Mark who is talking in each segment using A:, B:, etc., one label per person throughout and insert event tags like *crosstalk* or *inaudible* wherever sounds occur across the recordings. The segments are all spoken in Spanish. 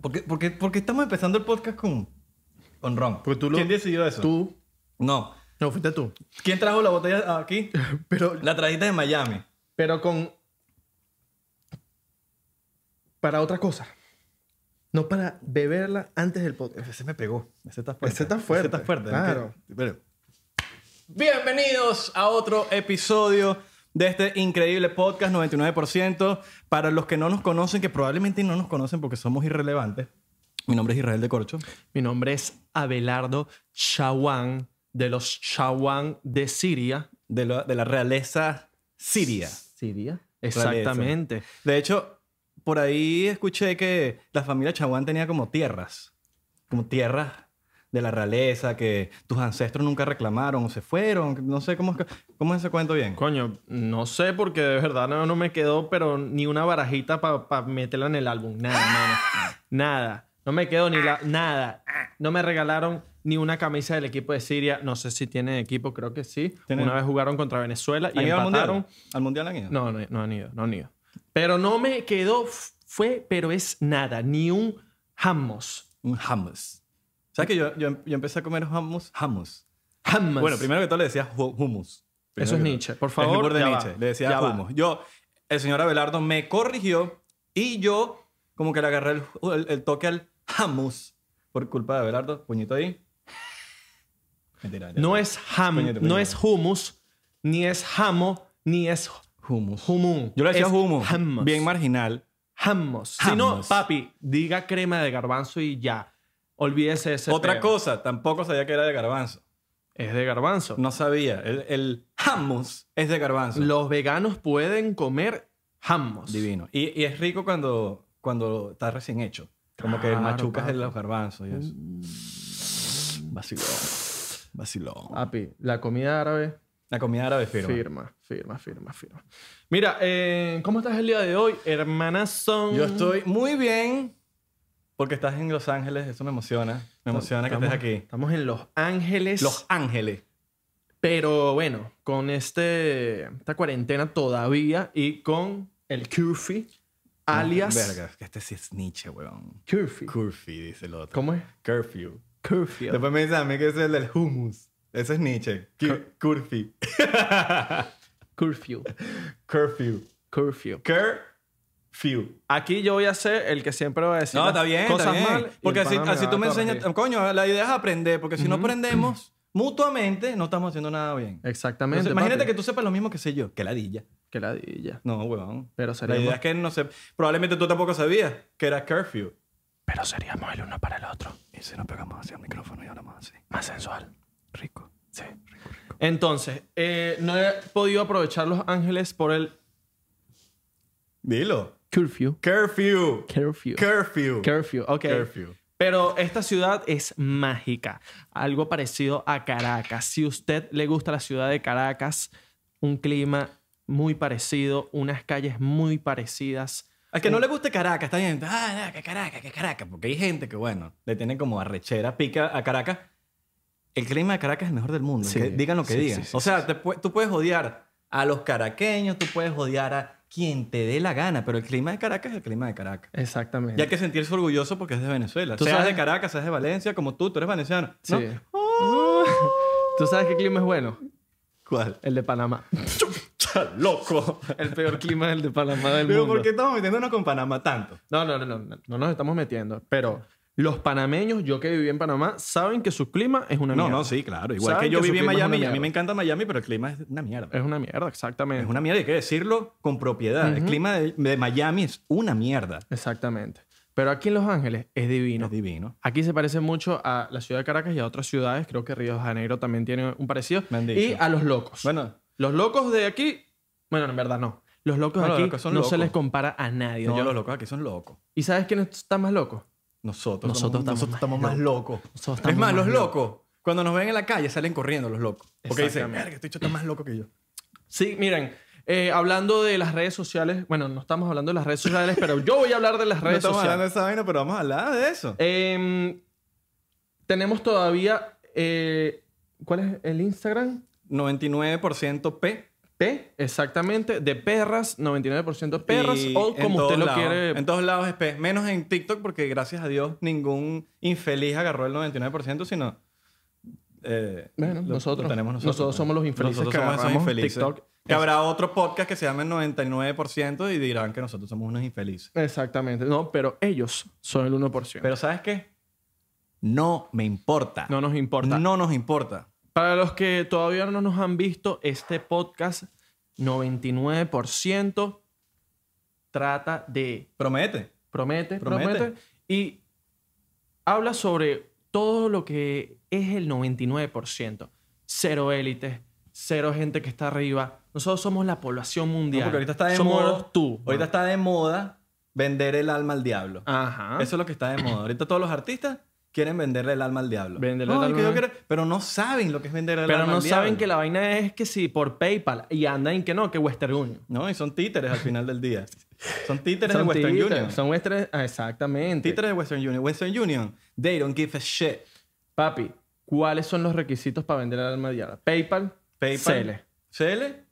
A: Porque, porque, porque estamos empezando el podcast con, con ron.
B: Porque tú lo-
A: ¿Quién decidió eso?
B: Tú.
A: No.
B: No, fuiste tú.
A: ¿Quién trajo la botella aquí?
B: Pero,
A: La trajiste de Miami.
B: pero con. Para otra cosa. No para beberla antes del podcast.
A: Ese me pegó. Ese está fuerte.
B: Ese está fuerte,
A: está fuerte.
B: claro.
A: Pero- Bienvenidos a otro episodio de este increíble podcast 99%. Para los que no nos conocen, que probablemente no nos conocen porque somos irrelevantes. Mi nombre es Israel de Corcho.
C: Mi nombre es Abelardo Chawan, de los Chawan de Siria.
A: De la, de la realeza siria.
C: ¿Siria? Exactamente.
A: De hecho, por ahí escuché que la familia Chaguán tenía como tierras, como tierras de la realeza que tus ancestros nunca reclamaron o se fueron, no sé cómo es, que- cómo es ese cuento bien.
C: Coño, no sé porque de verdad no, no me quedó, pero ni una barajita para meterla en el álbum. Nada, mano. Nada. No me quedó ni la... Nada. No me regalaron ni una camisa del equipo de Siria. No sé si tienen equipo, creo que sí.
A: Tienen.
C: Una vez jugaron contra Venezuela y
A: ¿Han ido al
C: empataron.
A: mundial? ¿Al mundial han ido?
C: No, no, no han ido, no han ido. Pero no me quedó, f- fue, pero es nada, ni un hummus.
A: Un hummus. ¿Sabes que yo, yo, yo empecé a comer hummus? Hummus.
C: Hummus.
A: Bueno, primero que todo le decía hu- hummus.
C: Eso
A: Primero
C: es
A: que todo.
C: Nietzsche, por
A: el
C: favor.
A: humor de
C: ya
A: Nietzsche.
C: va,
A: Le decía
C: ya va.
A: humos. Yo, el señor Abelardo me corrigió y yo como que le agarré el, el- el toque al hummus por culpa de Abelardo. Puñito ahí. Mentira, mentira.
C: No es ham,
A: Puñete,
C: no
A: puñete.
C: es hummus, ni es hamo, ni es
A: hummus.
C: humum.
A: Yo le decía
C: Es
A: hummus.
C: hummus.
A: Bien marginal.
C: Hummus. Si no,
A: Hummus.
C: papi, diga crema de garbanzo y ya. Olvídese de ese
A: Otra
C: peo.
A: cosa, tampoco sabía que era de garbanzo.
C: Es de garbanzo.
A: No sabía. El, el hummus es de garbanzo.
C: Los veganos pueden comer hummus.
A: Divino. Y, y es rico cuando, cuando está recién hecho. Como que
C: Claro, Mm.
A: machucas
C: papi.
A: en los garbanzos y eso. Vacilón. Vacilón.
C: Papi, la comida árabe
A: La comida árabe firma.
C: Firma, firma, firma, firma. Mira, eh, ¿cómo estás el día de hoy, hermana Son?
A: Yo estoy muy bien porque estás en Los Ángeles. Eso me emociona. Me emociona que estés aquí.
C: Estamos en Los Ángeles.
A: Los Ángeles.
C: Pero bueno, con este, esta cuarentena todavía y con el curfew, alias...
A: Verga, que este sí es Nietzsche, weón.
C: Curfew.
A: Curfew, dice el otro.
C: ¿Cómo es?
A: Curfew.
C: Curfew.
A: Después me dicen a mí que ese es el del hummus. Ese es Nietzsche. Cu- Curfew.
C: Curfew.
A: Curfew.
C: Curfew.
A: Curfew.
C: Aquí yo voy a ser el que siempre va a decir
A: No,
C: las
A: está bien,
C: cosas
A: está bien.
C: mal. y
A: Porque
C: el
A: así,
C: pana me
A: así
C: va
A: tú
C: a
A: me enseñas...
C: corregir.
A: Coño, la idea es aprender. Porque si no aprendemos mutuamente, no estamos haciendo nada bien.
C: Exactamente.
A: Entonces, imagínate
C: papi.
A: que tú sepas lo mismo que sé yo. Que ladilla.
C: Que ladilla.
A: No, huevón.
C: Pero
A: La idea
C: seríamos...
A: es que no sé. Probablemente tú tampoco sabías que era curfew.
C: Pero seríamos el uno para el otro.
A: Y si nos pegamos hacia el micrófono y hablamos así.
C: Más sensual.
A: Rico. Sí, rico, rico.
C: Entonces, eh, no he podido aprovechar Los Ángeles por el
A: Dilo.
C: curfew.
A: Curfew.
C: Curfew.
A: Curfew.
C: Curfew, ok.
A: Curfew.
C: Pero esta ciudad es mágica. Algo parecido a Caracas. Si usted le gusta la ciudad de Caracas, un clima muy parecido, unas calles muy parecidas.
A: Al que no le guste Caracas, está bien. Ah, ah, que Caracas, que Caracas. Porque hay gente que, bueno, le tienen como arrechera, pica a Caracas. El clima de Caracas es el mejor del mundo.
C: Sí,
A: que digan lo que
C: sí,
A: digan.
C: sí, sí,
A: o sea, te pu- tú puedes odiar a los caraqueños, tú puedes odiar a quien te dé la gana, pero el clima de Caracas es el clima de Caracas. Y
C: Exactamente.
A: hay que sentirse orgulloso porque es de Venezuela.
C: ¿Tú
A: Seas
C: sabes?
A: de Caracas, seas de Valencia, como tú, tú eres valenciano.
C: Sí.
A: ¿no? ¡Ah!
C: ¿Tú sabes qué clima es bueno?
A: ¿Cuál?
C: El de Panamá.
A: *laughs* Está loco.
C: *laughs* El peor clima es el de Panamá del
A: Pero
C: mundo.
A: ¿por qué estamos metiéndonos con Panamá tanto?
C: No, no, no, no, no, no nos estamos metiendo. Pero los panameños, yo que viví en Panamá, saben que su clima es una
A: No,
C: mierda.
A: no, sí, claro. Igual
C: Saben
A: que yo
C: que su
A: viví en
C: clima es una
A: Miami, a mí
C: mierda.
A: me encanta Miami, pero el clima es una mierda.
C: Es una mierda, exactamente.
A: Es una mierda, hay que decirlo con propiedad. El clima de, de Miami es una mierda.
C: Exactamente. Pero aquí en Los Ángeles es
A: No.
C: divino.
A: Es divino.
C: Aquí se parece mucho a la ciudad de Caracas y a otras ciudades. Creo que Río de Janeiro también tiene un parecido.
A: Me han dicho.
C: Y a los locos.
A: Bueno,
C: los locos de aquí... Bueno, en verdad no. Los locos
A: No,
C: de
A: los
C: aquí
A: locos son
C: no se
A: locos.
C: les compara a nadie.
A: no,
C: Yo-
A: los locos aquí son locos.
C: ¿Y sabes quién está más loco?
A: Nosotros,
C: Nosotros
A: somos-
C: estamos más
A: nosotros más locos.
C: Nosotros
A: es
C: estamos
A: más,
C: más
A: los locos, cuando nos ven en la calle, salen corriendo los locos. Porque dicen,
C: Exactamente.
A: verga, este bicho está más loco que yo.
C: Sí, miren. eh, hablando de las redes sociales... Bueno, no estamos hablando de las redes sociales, pero yo voy a hablar de las
A: No
C: redes
A: estamos hablando
C: sociales.
A: de esa vaina, pero vamos a hablar de eso.
C: Eh, tenemos todavía... eh, ¿Cuál es el Instagram?
A: 99% P.
B: P.
C: Exactamente, de perras, 99% perras,
A: Y
C: o
A: en
C: como
A: todos
C: usted lo
A: lados-
C: quiere.
A: En todos lados es P. Menos en TikTok, porque gracias a Dios ningún infeliz agarró el 99%, sino. eh,
C: Bueno, nosotros.
A: tenemos nosotros. pues.
C: Nosotros somos los infelices
A: Nosotros
C: que
A: somos esos
C: agarramos
A: infelices.
C: TikTok.
A: Que habrá otro podcast que se llame el 99% y dirán que nosotros somos unos infelices.
C: Exactamente, no, pero ellos son el 1%.
A: Pero ¿sabes qué? No me importa.
C: no nos importa.
A: No nos importa.
C: Para los que todavía no nos han visto, este podcast, 99% trata de
A: Promete.
C: promete, promete,
A: Promete.
C: y habla sobre todo lo que es el 99%. Cero élites, cero gente que está arriba. Nosotros somos la población
A: No,
C: mundial.
A: porque ahorita está de
C: somos
A: moda.
C: tú.
A: Ahorita está de moda vender el alma al diablo.
C: Ajá.
A: Eso es lo que está de moda. Ahorita todos los artistas quieren venderle el alma al diablo.
C: Venderle el
A: Ay,
C: alma
A: que yo
C: al-
A: quiero- Pero no saben lo que es venderle el
C: Pero
A: alma
C: no
A: al
C: saben
A: diablo.
C: que la vaina es que si por PayPal y andan en que no, que Western Union.
A: No, y son títeres al final del día. Son títeres
C: Son
A: de Western
C: títeres,
A: Union.
C: Son Western, ah, exactamente.
A: Títeres de Western Union. Western Union, they don't give a shit.
C: Papi, ¿cuáles son los requisitos para vender el alma diabla? PayPal,
A: PayPal.
C: Cele.
A: Cele.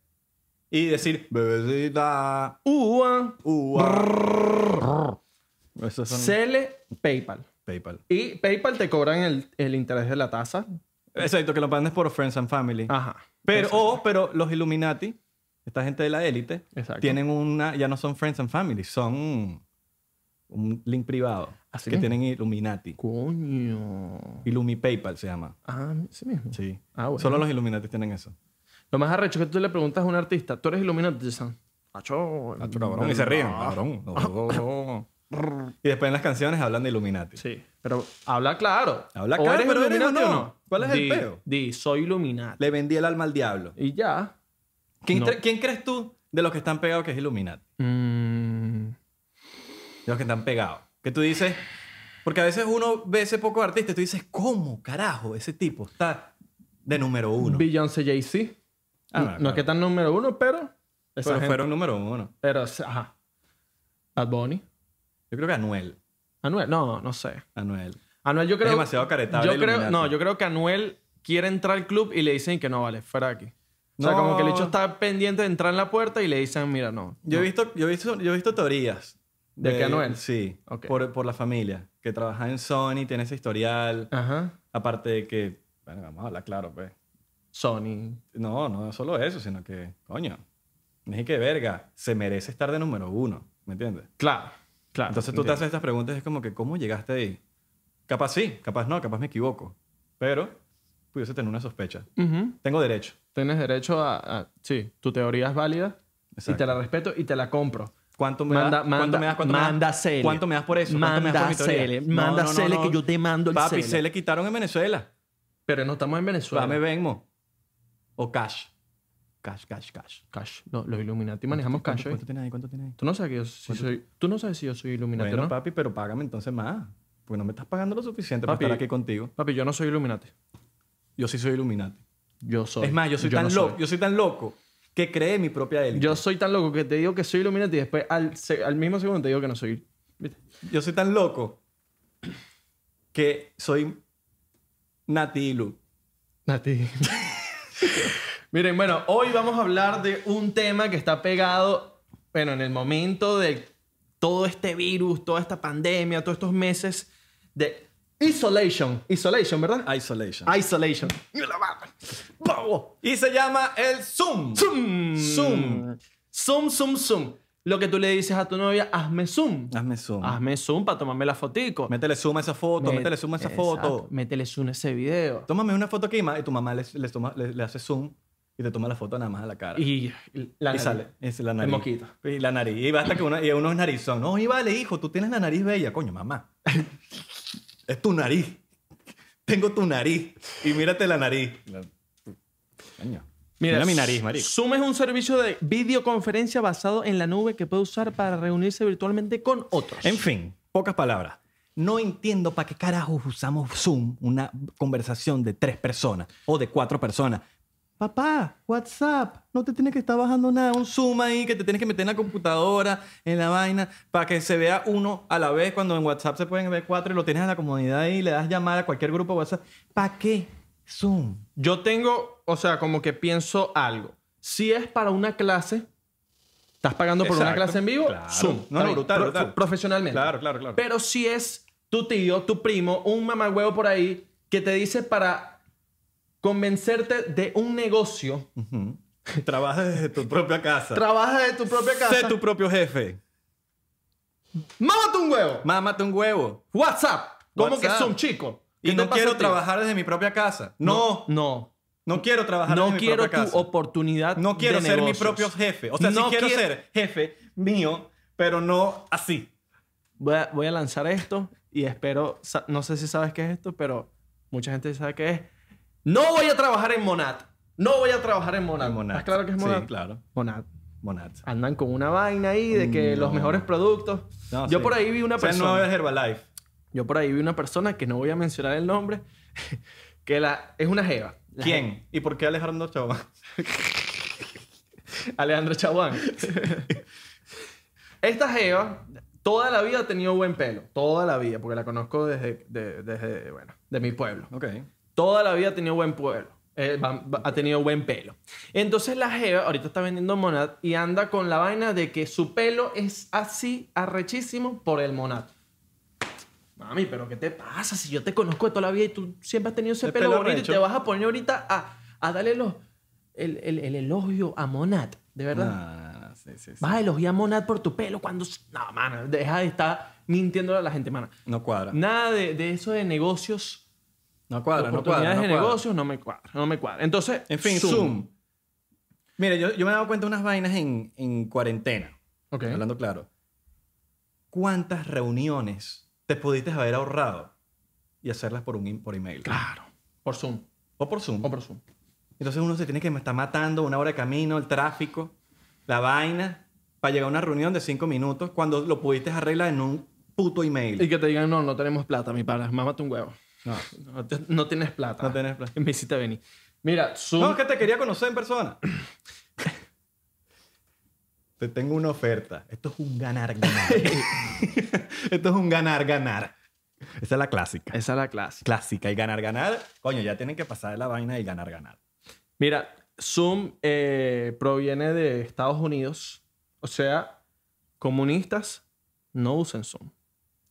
A: Y decir, bebecita,
C: UA,
A: uva. Esos son
C: Cele, PayPal.
A: PayPal.
C: Y PayPal te cobran el, el interés de la tasa.
A: Exacto, que lo mandes por Friends and Family.
C: Ajá.
A: Pero, o, pero los Illuminati, esta gente de la élite,
C: Exacto.
A: tienen una, ya no son Friends and Family, son un link privado
C: Así
A: que
C: mismo.
A: tienen Illuminati.
C: Coño.
A: Illumi PayPal se llama.
C: Ah, sí mismo.
A: Sí.
C: Ah, bueno.
A: Solo los Illuminati tienen eso.
C: Lo más arrecho es que tú le preguntas a un artista, ¿tú eres Illuminati? Son, Acho.
A: Y se ríen.
C: Ah.
A: Cabrón.
C: *laughs*
A: Y después en las canciones hablan de Illuminati.
C: Sí. Pero habla claro.
A: Habla claro, pero eres o no. ¿Cuál es el
C: Di-
A: peo?
C: Di, soy Illuminati.
A: Le vendí el alma al diablo.
C: Y ya.
A: ¿Quién,
C: No.
A: cre- quién crees tú de los que están pegados que es Illuminati?
C: Mm,
A: De los que están pegados. Que tú dices... Porque a veces uno ve ese poco artista y tú dices, ¿cómo carajo ese tipo está de número uno?
C: Beyoncé Jay-Z.
A: Ah,
C: no
A: claro.
C: es que tan número uno, pero. esa
A: Pero
C: gente-
A: fueron número uno.
C: pero, ajá. Bad Bunny.
A: Yo creo que Anuel.
C: Anuel, no, no sé.
A: Anuel.
C: Anuel, yo creo.
A: demasiado caretable
C: Yo creo,
A: Illuminati.
C: no, yo creo que Anuel quiere entrar al club y le dicen que no, vale, fuera de aquí. O sea,
A: No.
C: como que el hecho está pendiente de entrar en la puerta y le dicen, mira, no.
A: Yo,
C: no.
A: he visto, yo, he visto, yo he visto teorías.
C: ¿De que Anuel?
A: Sí,
C: Ok.
A: por, por la familia. Que trabaja en Sony, tiene ese historial.
C: Ajá.
A: Aparte de que, bueno, vamos a hablar claro, pues.
C: Sony.
A: No, no solo eso, sino que, coño, ni que verga, se merece estar de número uno, ¿me entiendes?
C: Claro, claro.
A: Entonces tú te haces estas preguntas y es como que, ¿cómo llegaste ahí? Capaz sí, capaz no, capaz me equivoco. Pero pudiese tener una sospecha.
C: Ujú.
A: Tengo derecho.
C: Tienes derecho a, a- Sí, tu teoría es válida y
A: Exacto.
C: te la respeto y te la compro.
A: ¿Cuánto me,
C: Manda-
A: das? ¿Cuánto
C: manda-
A: me das? ¿Cuánto me das?
C: manda Cele.
A: ¿Cuánto me das por eso? ¿Cuánto me das por mi
C: Manda
A: teoría?
C: Cele.
A: No,
C: Manda
A: no, no,
C: Cele
A: no.
C: que yo te mando el
A: Papi,
C: Cele.
A: se le quitaron en Venezuela.
C: Pero no estamos en Venezuela.
A: Dame Venmo. O cash. Cash, cash, cash.
C: Cash. No, los Illuminati manejamos
A: ¿Cuánto-
C: cash. ¿eh?
A: ¿Cuánto tienes ahí? ¿Cuánto tienes ahí?
C: Tú no sabes que yo si soy. Tú no sabes si yo soy Illuminati,
A: Bueno,
C: ¿no?
A: papi, pero págame entonces más. Porque no me estás pagando lo suficiente
C: Papi.
A: para estar aquí contigo.
C: Papi, yo no soy Illuminati.
A: Yo sí soy Illuminati.
C: Yo soy.
A: Es más, yo soy tan
C: no
A: loco. Yo soy tan loco que creé mi propia élite.
C: Yo soy tan loco que te digo que soy Illuminati y después al, se- al mismo segundo te digo que no soy. ¿Viste?
A: Yo soy tan loco que soy Nati Ilu.
C: Nati. *laughs* Miren, bueno, hoy vamos a hablar de un tema que está pegado, bueno, en el momento de todo este virus, toda esta pandemia, todos estos meses de isolation. Isolation, ¿verdad?
A: Isolation.
C: Ah. Isolation.
A: ¡Pavo! Y se llama el Zoom.
C: Zoom.
A: Zoom.
C: Zoom, zoom, zoom. Lo que tú le dices a tu novia, hazme zoom.
A: Hazme Zoom.
C: Hazme zoom para tomarme la fotico.
A: Pues Métele Zoom a esa foto. Métele Zoom a esa foto.
C: Exacto. Métele zoom a ese video.
A: Tómame una foto aquí ma, y tu mamá les- les toma- le, le hace zoom y te toma la foto nada más a la cara.
C: Y la
A: Y
C: nariz.
A: sale. Es la nariz.
C: moquito.
A: Y la nariz. Y basta que uno, y uno es narizón. No, y vale, hijo, tú tienes la nariz bella. Coño, mamá. es tu nariz. Tengo tu nariz. Y mírate la nariz. La- Coño. Mira, mi nariz, marico.
C: Zoom es un servicio de videoconferencia basado en la nube que puede usar para reunirse virtualmente con otros.
A: En fin, pocas palabras. No entiendo para qué carajos usamos Zoom, una conversación de tres personas o de cuatro personas. Papá, WhatsApp, no te tienes que estar bajando nada, un Zoom ahí que te tienes que meter en la computadora, en la vaina, para que se vea uno a la vez, cuando en WhatsApp se pueden ver cuatro y lo tienes en la comunidad ahí y le das llamar a cualquier grupo de WhatsApp. ¿Para qué Zoom?
C: Yo tengo, o sea, como que pienso algo. Si es para una clase, estás pagando por una
A: Exacto,
C: clase en vivo,
A: claro.
C: Zoom.
A: No, no,
C: Está bien,
A: brutal,
C: pro-
A: brutal.
C: Profesionalmente.
A: Claro, claro, claro.
C: Pero si es tu tío, tu primo, un mamagüeo por ahí que te dice para convencerte de un negocio,
A: Ujú. *laughs* Trabaja desde tu propia casa.
C: trabaja de tu propia
A: Sé
C: casa,
A: tu propio jefe.
C: mámate un huevo.
A: Mámate un huevo.
C: WhatsApp. ¿Cómo que
A: WhatsApp.
C: Zoom, chico? ¿Qué te
A: Y no
C: pasa,
A: quiero
C: tío?
A: trabajar desde mi propia casa. No, no,
C: No.
A: quiero trabajar
C: No
A: desde mi
C: quiero
A: propia
C: tu
A: casa.
C: oportunidad.
A: No quiero
C: de
A: ser mi
C: negocios.
A: propio jefe. O sea,
C: No
A: sí quiero
C: quiero-
A: ser jefe mío, pero no así.
C: Ah, Voy a, voy a lanzar esto y espero. sa- No sé si sabes qué es esto, pero mucha gente sabe qué es. No voy a trabajar en Monat. No voy a trabajar en Monat.
A: En Monat.
C: ¿Estás claro que es
A: Sí,
C: Monat?
A: claro.
C: Monat.
A: Monat.
C: Andan con una vaina ahí de que
A: Mm, No.
C: los mejores productos.
A: No,
C: Yo
A: sí.
C: por ahí vi una
A: O sea,
C: persona.
A: no es Herbalife.
C: Yo por ahí vi una persona que no voy a mencionar el nombre. *laughs* Que la, es una jeva. La
A: ¿Quién? ¿Y por qué Alejandro Chabón?
C: Alejandro Chaguán. Esta Jeva toda la vida ha tenido buen pelo. Toda la vida, porque la conozco desde, de- desde bueno, de mi pueblo.
A: Ok.
C: Toda la vida ha tenido buen pueblo. eh, va- va- ha tenido buen pelo. Entonces la Jeva ahorita está vendiendo Monad y anda con la vaina de que su pelo es así arrechísimo por el Monad. Mami, pero ¿qué te pasa? Si yo te conozco de toda la vida y tú siempre has tenido ese
A: El
C: pelo,
A: pelo
C: bonito y
A: arrecho.
C: te vas a poner ahorita a, a darle los, el, el- el elogio a Monad. De verdad.
A: Ah, sí, sí, sí.
C: Vas a elogiar a Monad por tu pelo cuando... No, mano, deja de estar mintiéndole a la gente, mano.
A: No cuadra.
C: Nada de, de eso de negocios,
A: No cuadra, no cuadra.
C: oportunidades
A: no
C: de
A: cuadra.
C: negocios, no me cuadra, no me cuadra. Entonces,
A: En fin, Zoom. Mira, yo, yo me he dado cuenta de unas vainas en, en cuarentena.
C: Ok.
A: Hablando claro. ¿Cuántas reuniones te pudiste haber ahorrado y hacerlas por, un, im- por email?
C: Claro, por Zoom,
A: O por Zoom.
C: o por Zoom.
A: Entonces uno se tiene que estar matando una hora de camino, el tráfico, la vaina, para llegar a una reunión de cinco minutos cuando lo pudiste arreglar en un puto email.
C: Y que te digan, no, no tenemos plata, mi pana, mámate un huevo.
A: No.
C: No, te- no tienes plata.
A: No tienes plata.
C: *laughs* Me hiciste venir. Mira, Ah. Zoom...
A: No, es que te quería conocer en persona. *laughs* te tengo una oferta. Esto es
C: *laughs*
A: un ganar-ganar. Esto es un ganar-ganar. Esa es la clásica.
C: Esa es la clase.
A: Clásica. Y ganar-ganar, coño, ya tienen que pasar de la vaina del ganar-ganar.
C: Mira, Zoom eh, proviene de Estados Unidos. O sea, comunistas no usen Zoom.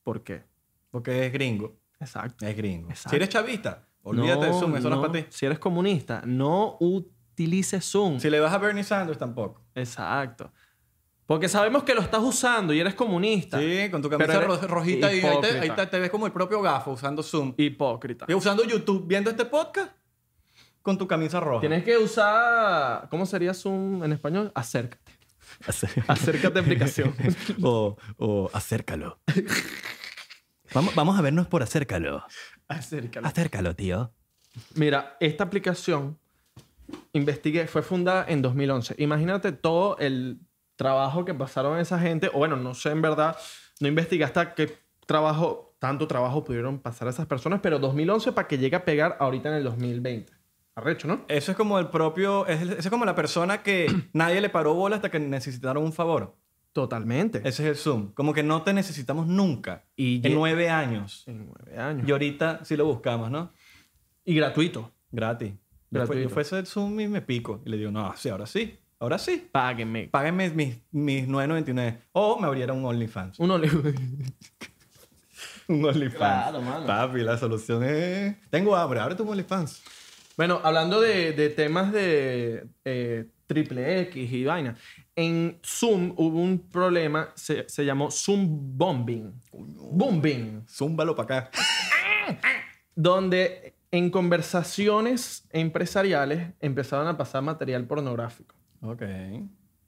C: ¿Por qué?
A: Porque es gringo.
C: Exacto.
A: Es gringo.
C: Exacto.
A: Si eres chavista, olvídate
C: No,
A: de Zoom. Eso no,
C: no.
A: es para ti.
C: Si eres comunista, no utilices Zoom.
A: Si le vas a Bernie Sanders, tampoco.
C: Exacto. Porque sabemos que lo estás usando y eres comunista.
A: Sí, con tu
C: Pero
A: camisa
C: eres
A: ro- rojita y ahí, te,
C: hipócrita.
A: ahí te- te ves como el propio gafo usando Zoom.
C: Hipócrita.
A: Y usando YouTube, viendo este podcast con tu camisa roja. *laughs*
C: Tienes que usar... ¿Cómo sería Zoom en español? Acércate. *laughs* Acércate a *laughs* aplicación.
A: *laughs* o, o
C: *laughs*
A: acércalo. Vamos, vamos a vernos por acércalo.
C: Acércate.
A: Acércalo, tío.
C: Mira, esta aplicación, investigué, fue fundada en 2011. Imagínate todo el trabajo que pasaron esa gente, o bueno, no sé en verdad, no investigué hasta qué trabajo, tanto trabajo pudieron pasar esas personas, pero 2011 para que llegue a pegar ahorita en el 2020. Arrecho, ¿no?
A: Eso es como el propio. es- Eso es como la persona que *clears throat* nadie le paró bola hasta que necesitaron un favor.
C: Totalmente.
A: Ese es el Zoom. Como que no te necesitamos nunca.
C: Y
A: en
C: ye-
A: nueve años.
C: En nueve años.
A: Y ahorita sí lo buscamos, ¿no?
C: y gratuito.
A: Gratis.
C: Gratuito.
A: Después, yo fui a hacer Zoom y me pico. Y le digo, no, sí, ahora sí. Ahora sí.
C: Páguenme.
A: Páguenme mis, mis 9.99. O me abriera un OnlyFans. *laughs*
C: Uno le... *laughs*
A: Un OnlyFans.
C: Claro, mano.
A: Papi, la solución es... Tengo hambre. Abre tu OnlyFans.
C: Bueno, hablando de, de temas de eh, triple X y vaina, en Zoom hubo un problema, se, se llamó Zoom Bombing. Bombing.
A: Zúmbalo para acá.
C: Donde en conversaciones empresariales empezaron a pasar material pornográfico.
A: Ok.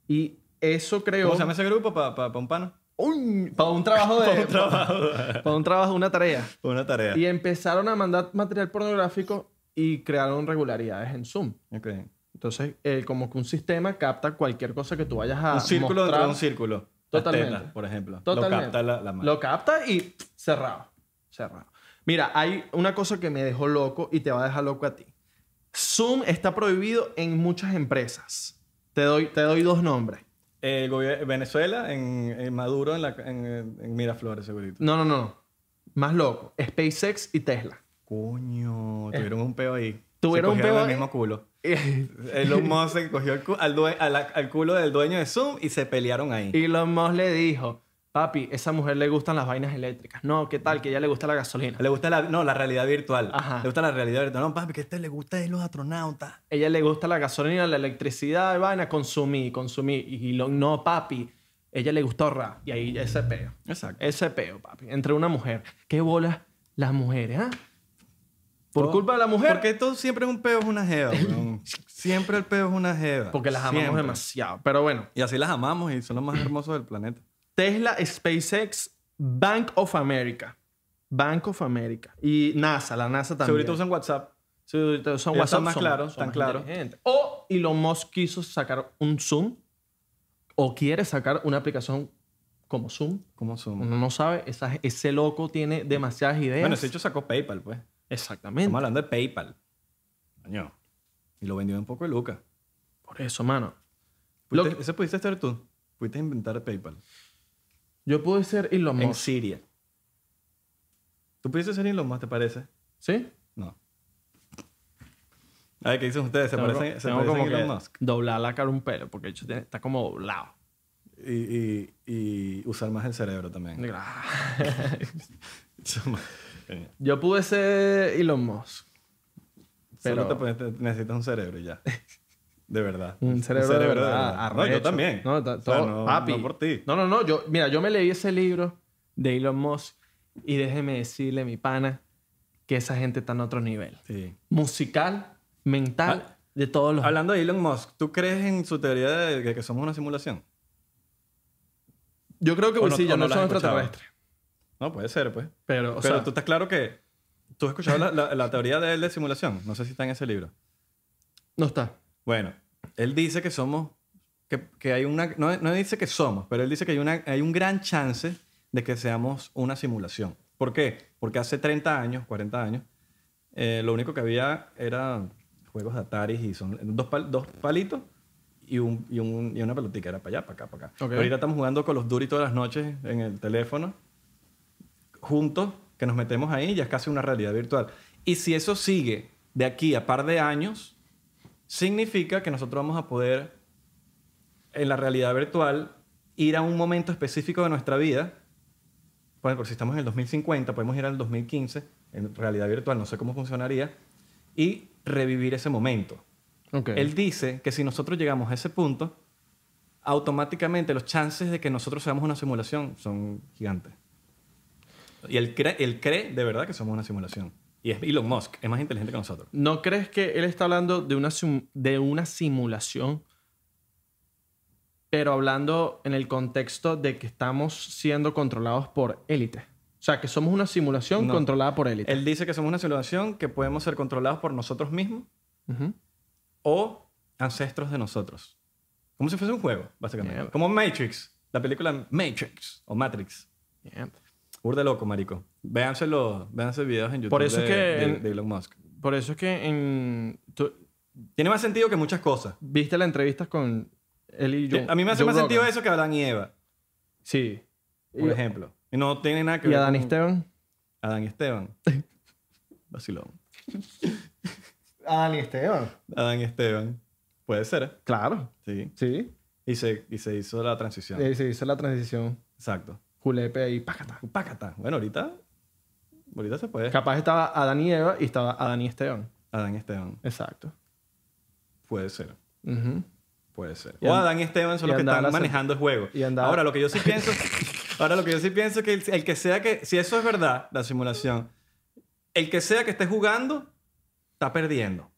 C: Y eso creó...
A: ¿Cómo se llama ese grupo? ¿Para pa, pa un pano?
C: *laughs* Uy, Para un trabajo de... para un
A: trabajo.
C: trabajo, una tarea.
A: Una tarea.
C: Y empezaron a mandar material pornográfico y crearon regularidades en Zoom.
A: Ok.
C: Entonces, eh, como que un sistema capta cualquier cosa que tú vayas a
A: un círculo
C: Ah, mostrar.
A: dentro de un círculo. Las
C: Totalmente.
A: tetas, por ejemplo.
C: Totalmente.
A: Lo capta la, la mano.
C: Lo capta y pff, cerrado. Cerrado. Mira, hay una cosa que me dejó loco y te va a dejar loco a ti. Zoom está prohibido en muchas empresas. Te doy, te doy dos nombres.
A: El gobier- Venezuela, en, en Maduro, en, la, en, en Miraflores, segurito.
C: No, no,
A: *laughs*
C: no. no. Más loco. SpaceX y Tesla.
A: Coño, tuvieron un peo ahí.
C: Eh. Tuvieron
A: se
C: un
A: cogieron
C: peo.
A: el mismo culo.
C: *laughs*
A: Elon Musk se cogió el cu- al, due- a la- al culo del dueño de Zoom y se pelearon ahí.
C: Y Elon Musk le dijo, papi, esa mujer le gustan las vainas eléctricas. No, ¿qué tal? Que ya le gusta la gasolina.
A: Le gusta la, no, la realidad virtual.
C: Ajá.
A: Le gusta la realidad virtual. No, papi, que a usted le gusta de los astronautas.
C: Ella le gusta la gasolina, la electricidad, y vaina, consumí, consumí. Y Elon, no, papi, ella le gusta ahorrar. Y ahí ese peo.
A: Exacto.
C: Ese peo, papi. Entre una mujer. ¿Qué bolas las mujeres, ah? Por
A: Todo-
C: culpa de la mujer.
A: Porque todo siempre es un peo es una jeva, weón. Siempre el peo es una jeva.
C: Porque las amamos
A: Siempre.
C: demasiado. Pero bueno,
A: Y así las amamos y son los más hermosos del planeta.
C: Tesla, SpaceX, Bank of America. Bank of America. Y NASA, la NASA también.
A: Segurito usan WhatsApp.
C: Sí, ahorita son
A: Ya
C: WhatsApp
A: están más
C: son- son
A: claros, están
C: más
A: claros.
C: inteligentes. O Elon Musk quiso sacar un Zoom o quiere sacar una aplicación como Zoom.
A: ¿Cómo son?
C: Uno no sabe, esa- ese loco tiene demasiadas ideas.
A: Bueno, ese hecho sacó PayPal, pues.
C: Exactamente.
A: Estamos hablando de PayPal. Coño. Y lo vendió un poco de Luca.
C: Por eso, mano. Lo
A: Pudiste- Ese pudiste estar tú. Pudiste inventar PayPal.
C: Yo pude ser Elon
A: En
C: Musk.
A: Siria. ¿Tú pudiste ser Elon Musk, te parece?
C: ¿Sí?
A: No. A ver, ¿qué dicen ustedes? ¿Se
C: Tengo-
A: parecen, se
C: tengo
A: parecen
C: como
A: a Elon
C: que
A: Musk?
C: Doblar la cara un pelo, porque el hecho tiene- está como doblado.
A: Y, y- y usar más el cerebro también.
C: Yo pude ser Elon Musk. Pero-
A: Solo te pones- te- necesitas un cerebro y *laughs* ya. De verdad.
C: Un cerebro, de verdad.
A: No, yo
C: arrecho.
A: también.
C: No, ta-
A: O sea,
C: todo-
A: no-
C: papi.
A: no por ti.
C: No, no, no. Yo, mira, yo me leí ese libro de Elon Musk y déjeme decirle, mi pana, que esa gente está en otro nivel.
A: Sí.
C: Musical, mental,
A: Ah,
C: de todos los...
A: Hablando de Elon Musk, ¿tú crees en su teoría de de que somos una simulación?
C: Yo creo que
A: o no-
C: Bolsillo
A: o
C: no,
A: no lo has
C: son
A: escuchado.
C: extraterrestres.
A: No, puede ser, pues.
C: Pero, o
A: Pero
C: sea,
A: tú estás claro que... ¿Tú has escuchado la, la- la teoría de él de simulación? No sé si está en ese libro.
C: no está.
A: Bueno, él dice que somos... Que, que hay una... No, no dice que somos, pero él dice que hay, una, hay un gran chance de que seamos una simulación. ¿Por qué? Porque hace 30 años, 40 años, eh, lo único que había era juegos de Atari y son dos, pal- dos palitos y, un, y, un- y una pelotica. Era para allá, para acá, para acá.
C: Ok.
A: Ahorita estamos jugando con los Duty todas las noches en el teléfono, juntos, que nos metemos ahí, ya es casi una realidad virtual. Y si eso sigue de aquí a par de años, significa que nosotros vamos a poder, en la realidad virtual, ir a un momento específico de nuestra vida. Por ejemplo, si estamos en el 2050, podemos ir al 2015, en realidad virtual, no sé cómo funcionaría, y revivir ese momento.
C: Ok.
A: Él dice que si nosotros llegamos a ese punto, automáticamente los chances de que nosotros seamos una simulación son gigantes. Y él cree, él cree de verdad que somos una simulación. Y es Elon Musk, es más inteligente que nosotros.
C: ¿No crees que él está hablando de una, sim- de una simulación, pero hablando en el contexto de que estamos siendo controlados por élites? O sea, que somos una simulación
A: No.
C: controlada por élites.
A: Él dice que somos una simulación que podemos ser controlados por nosotros mismos
C: Ujú.
A: o ancestros de nosotros. Como si fuese un juego, básicamente.
C: Mierda.
A: Como Matrix, la película Matrix o Matrix.
C: Bien.
A: Urde loco, marico. Véanse los véanse videos en YouTube
C: Por eso
A: de,
C: es que
A: de-
C: en-
A: de Elon Musk.
C: Por eso es que en... tú-
A: Tiene más sentido que muchas cosas.
C: ¿Viste la entrevista con él y yo?
A: a mí me hace más sentido eso que Adán y Eva,
C: Sí.
A: por
C: Y-
A: ejemplo. Y no tiene nada que
C: ¿Y
A: ver
C: Adán
A: con
C: Esteban?
A: Adán y Esteban.
C: *laughs*
A: Vacilón.
B: Adán y Esteban.
A: Adán y Esteban. Puede ser,
C: Claro.
A: sí.
B: Sí.
A: Y se, y se hizo la transición.
B: Eh, se hizo la transición.
A: Exacto.
C: Julepe ahí, pácata.
A: Pácata. Bueno, ahorita. Ahorita se puede.
C: Capaz estaba Adán y Eva y estaba Adán y Esteban.
A: Adán y Esteban.
C: Exacto.
A: Puede ser.
C: Ujú.
A: Puede ser.
C: Y
A: o
C: and-
A: Adán y Esteban son
C: y
A: los que
C: andaba
A: están
C: la se-
A: manejando el juego.
C: y andaba-
A: Ahora, lo que yo sí pienso. ahora, lo que yo sí pienso es que el, el que sea que. Si eso es verdad, la simulación. El que sea que esté jugando, está perdiendo.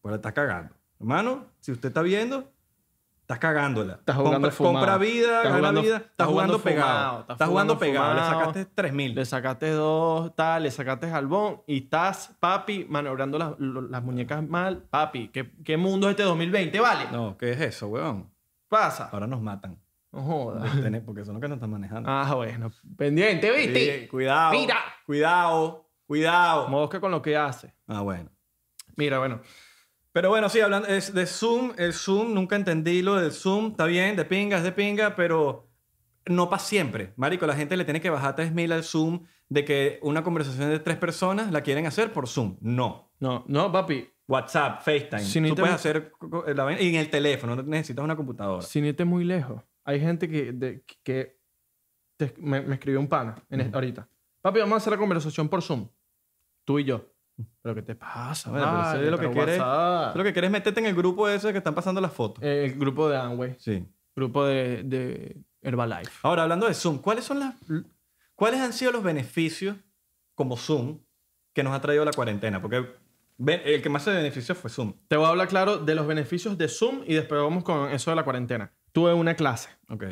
A: Pues está cagando. Hermano, si usted está viendo. Estás cagándola.
C: Estás jugando
A: compra,
C: fumado.
A: compra vida,
C: Estás
A: gana
C: jugando-
A: vida. Estás
C: estás jugando
A: jugando pegado.
C: fumado,
A: Estás,
C: estás
A: jugando
C: jugando
A: pegado. Le
C: fumado.
A: sacaste 3000.
C: Le sacaste dos, tal, le sacaste jalbón y estás, papi, maniobrando las, lo- las muñecas mal. Papi, ¿qué, qué mundo es este 2020? Vale,
A: No, ¿qué es eso, weón?
C: pasa.
A: Ahora nos matan.
C: No jodas.
A: *laughs* Tener- Porque son los que nos están manejando.
C: Ah, bueno, pendiente, ¿viste?
A: Sí, cuidado.
C: Mira.
A: Cuidado. Cuidado.
C: Mosca con lo que hace.
A: Ah, bueno.
C: Mira, bueno,
A: Pero bueno, sí, hablando es de Zoom, el Zoom, nunca entendí lo del Zoom. Está bien, de pingas, de pinga, pero no para siempre. Marico, la gente le tiene que bajar 3.000 al Zoom de que una conversación de tres personas la quieren hacer por Zoom. No.
C: no, no, papi,
A: WhatsApp, FaceTime.
C: Si
A: Tú
C: necesitas-
A: puedes hacer co- co- la vaina- y en el teléfono, no necesitas una computadora.
C: Sin irte muy lejos. Hay gente que, de- que te- me, me escribió un pana en este- ahorita. Papi, vamos a hacer la conversación por Zoom. Tú y yo. ¿Pero qué te pasa?
A: Bueno, pero eso es lo que quieres-
C: WhatsApp.
A: Lo que quieres es meterte en el grupo ese que están pasando las fotos.
C: Eh, el grupo de Amway.
A: Sí.
C: Grupo de, de Herbalife.
A: Ahora, hablando de Zoom, ¿cuáles son las cuáles han sido los beneficios como Zoom que nos ha traído la cuarentena? Porque ve- el que más se benefició fue Zoom.
C: Te voy a hablar claro de los beneficios de Zoom y después vamos con eso de la cuarentena. Tuve una clase.
A: Ok.